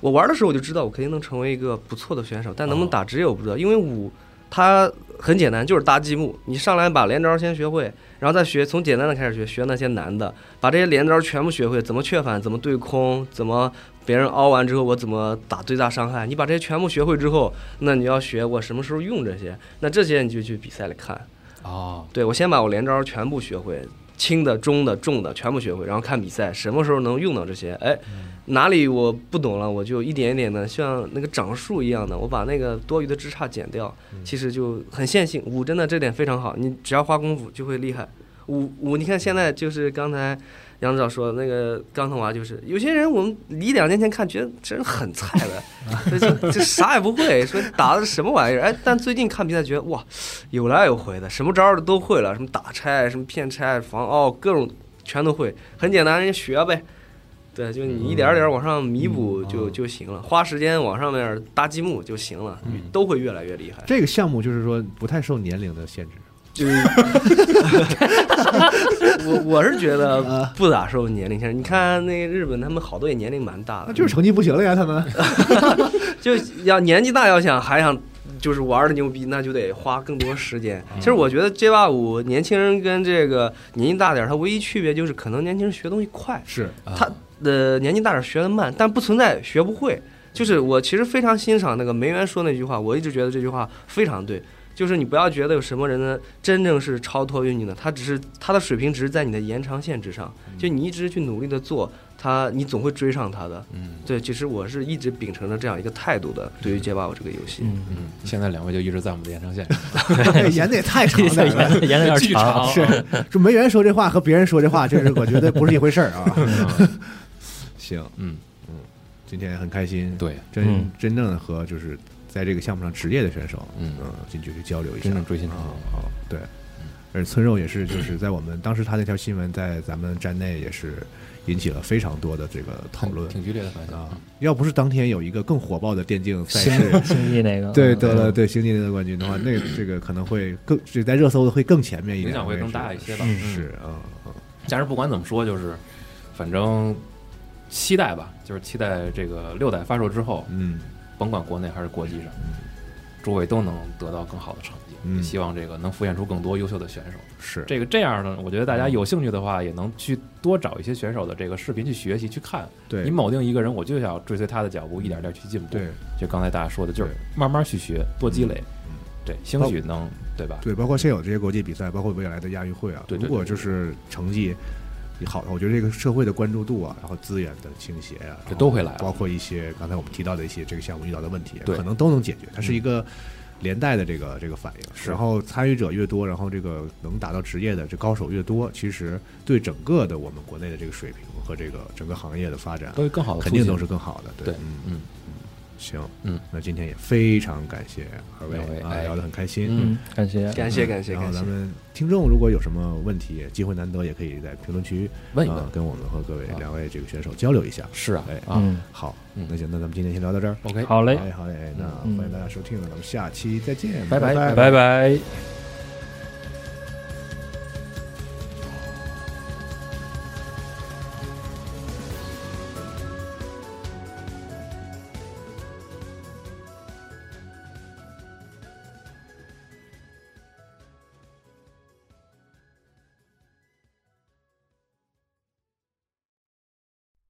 S5: 我玩的时候我就知道我肯定能成为一个不错的选手，但能不能打职业我不知道，因为五它很简单，就是搭积木，你上来把连招先学会，然后再学从简单的开始学，学那些难的，把这些连招全部学会，怎么确反，怎么对空，怎么。别人凹完之后，我怎么打最大伤害？你把这些全部学会之后，那你要学我什么时候用这些，那这些你就去比赛里看。
S2: 哦，
S5: 对我先把我连招全部学会，轻的、中的、重的全部学会，然后看比赛什么时候能用到这些。哎，哪里我不懂了，我就一点一点的像那个长树一样的，我把那个多余的枝杈剪掉，其实就很线性。五真的这点非常好，你只要花功夫就会厉害。五五，你看现在就是刚才杨指导说那个钢头娃，就是有些人我们一两年前看觉得这人很菜的，这这啥也不会，说打的什么玩意儿，哎，但最近看比赛觉得哇，有来有回的，什么招儿都会了，什么打拆、什么骗拆、防奥，各种全都会，很简单，人家学呗。对，就你一点儿点儿往上弥补就、就行了，花时间往上面儿搭积木就行了，都会越来越厉害。
S1: 这个项目就是说不太受年龄的限制，
S5: 我我是觉得
S1: 啊
S5: 不咋受年龄限制。你看那日本，他们好多也年龄蛮大
S1: 那
S5: 的，
S1: 啊
S2: 嗯
S1: 就是成绩不行了呀，他们。
S5: 就要年纪大要想还想就是玩的牛逼，那就得花更多时间。其实我觉得 J 八五年轻人跟这个年纪大点儿，他唯一区别就是可能年轻人学东西快，
S1: 是
S5: 他的年纪大点儿学的慢，但不存在学不会。就是我其实非常欣赏那个梅园说那句话，我一直觉得这句话非常对。就是你不要觉得有什么人呢，真正是超脱于你的，他只是他的水平只是在你的延长线之上，
S1: 嗯
S5: 就你一直去努力的做，他你总会追上他的。
S2: 嗯
S5: 对，其实我是一直秉承着这样一个态度的，对于街霸五这个游戏。
S3: 嗯，
S2: 嗯，现在两位就一直在我们的延长线上，
S1: 演的也太长
S3: 演
S1: 了。
S3: 的演的有点长，
S1: 是， 就梅园说这话和别人说这话，这是我觉得不是一回事儿 啊。 行，
S2: 嗯，
S1: 今天很开心，
S2: 对，
S1: 真、
S3: 嗯
S1: 真正和就是在这个项目上职业的选手，
S2: 嗯
S1: 进去去交流一下，
S2: 真正追星嗯之后，
S1: 啊，对。而村肉也是，就是在我们当时他那条新闻在咱们站内也是引起了非常多的这个讨论
S2: 挺剧烈的反响
S1: 啊。。要不是当天有一个更火爆的电竞赛事，
S3: 星际
S2: 嗯
S3: 那个，嗯
S1: 对得了对星际联赛冠军的话，那个这个可能会更这在热搜的会更前面一点，
S2: 影响会
S1: 我也
S2: 更
S1: 是
S2: 大一些吧
S1: 是
S2: 嗯
S1: 是啊，嗯
S2: 但是不管怎么说，就是反正期待吧，就是期待这个六代发售之后，
S1: 嗯，
S2: 甭管国内还是国际上，诸位都能得到更好的成绩。
S1: 嗯
S2: 也希望这个能浮现出更多优秀的选手。
S1: 是嗯
S2: 这个这样呢，我觉得大家有兴趣的话，也能去多找一些选手的这个视频去学习去看。
S1: 对嗯
S2: 你铆定一个人，我就想追随他的脚步，一点点去进步。
S1: 对，
S2: 就刚才大家说的，就是
S1: 对嗯
S2: 慢慢去学，多积累，对，兴许能对吧？
S1: 对，包括现有这些国际比赛，包括未来的亚运会啊，
S2: 对对对
S1: 如果就是成绩好，我觉得这个社会的关注度啊，然后资源的倾斜啊，
S2: 这都会来的
S1: 包括一些刚才我们提到的一些这个项目遇到的问题，啊
S2: 对嗯
S1: 可能都能解决。它是一个连带的这个这个反应，
S2: 是
S1: 然后参与者越多，然后这个能达到职业的这高手越多，其实对整个的我们国内的这个水平和这个整个行业的发展
S2: 都，会更好的，
S1: 肯定都是更好的。
S2: 对
S1: 嗯，
S2: 嗯，
S1: 行，
S2: 嗯，
S1: 那今天也非常感谢二位
S2: 两位
S1: 啊，
S2: 哎
S1: 聊得很开心，
S2: 嗯
S3: 嗯，感谢，
S5: 感谢感谢
S1: 嗯然后
S5: 感谢
S1: 咱，们听众如果有什么问题，机会难得，也可以在评论区
S2: 问一
S1: 啊
S2: 问。
S1: 跟我们和各位
S2: 啊
S1: 两位这个选手交流一下。
S2: 是啊
S1: 哎，
S2: 啊
S3: 嗯，
S1: 好，
S2: 嗯
S1: 那行，那咱们今天先聊到这儿。
S2: ，OK，
S3: 好嘞
S1: 好，嘞，好嘞，哎那
S3: 嗯
S1: 欢迎大家收听，咱们下期再见，
S2: 拜拜
S1: 拜。
S3: 拜拜。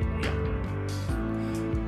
S7: 模样。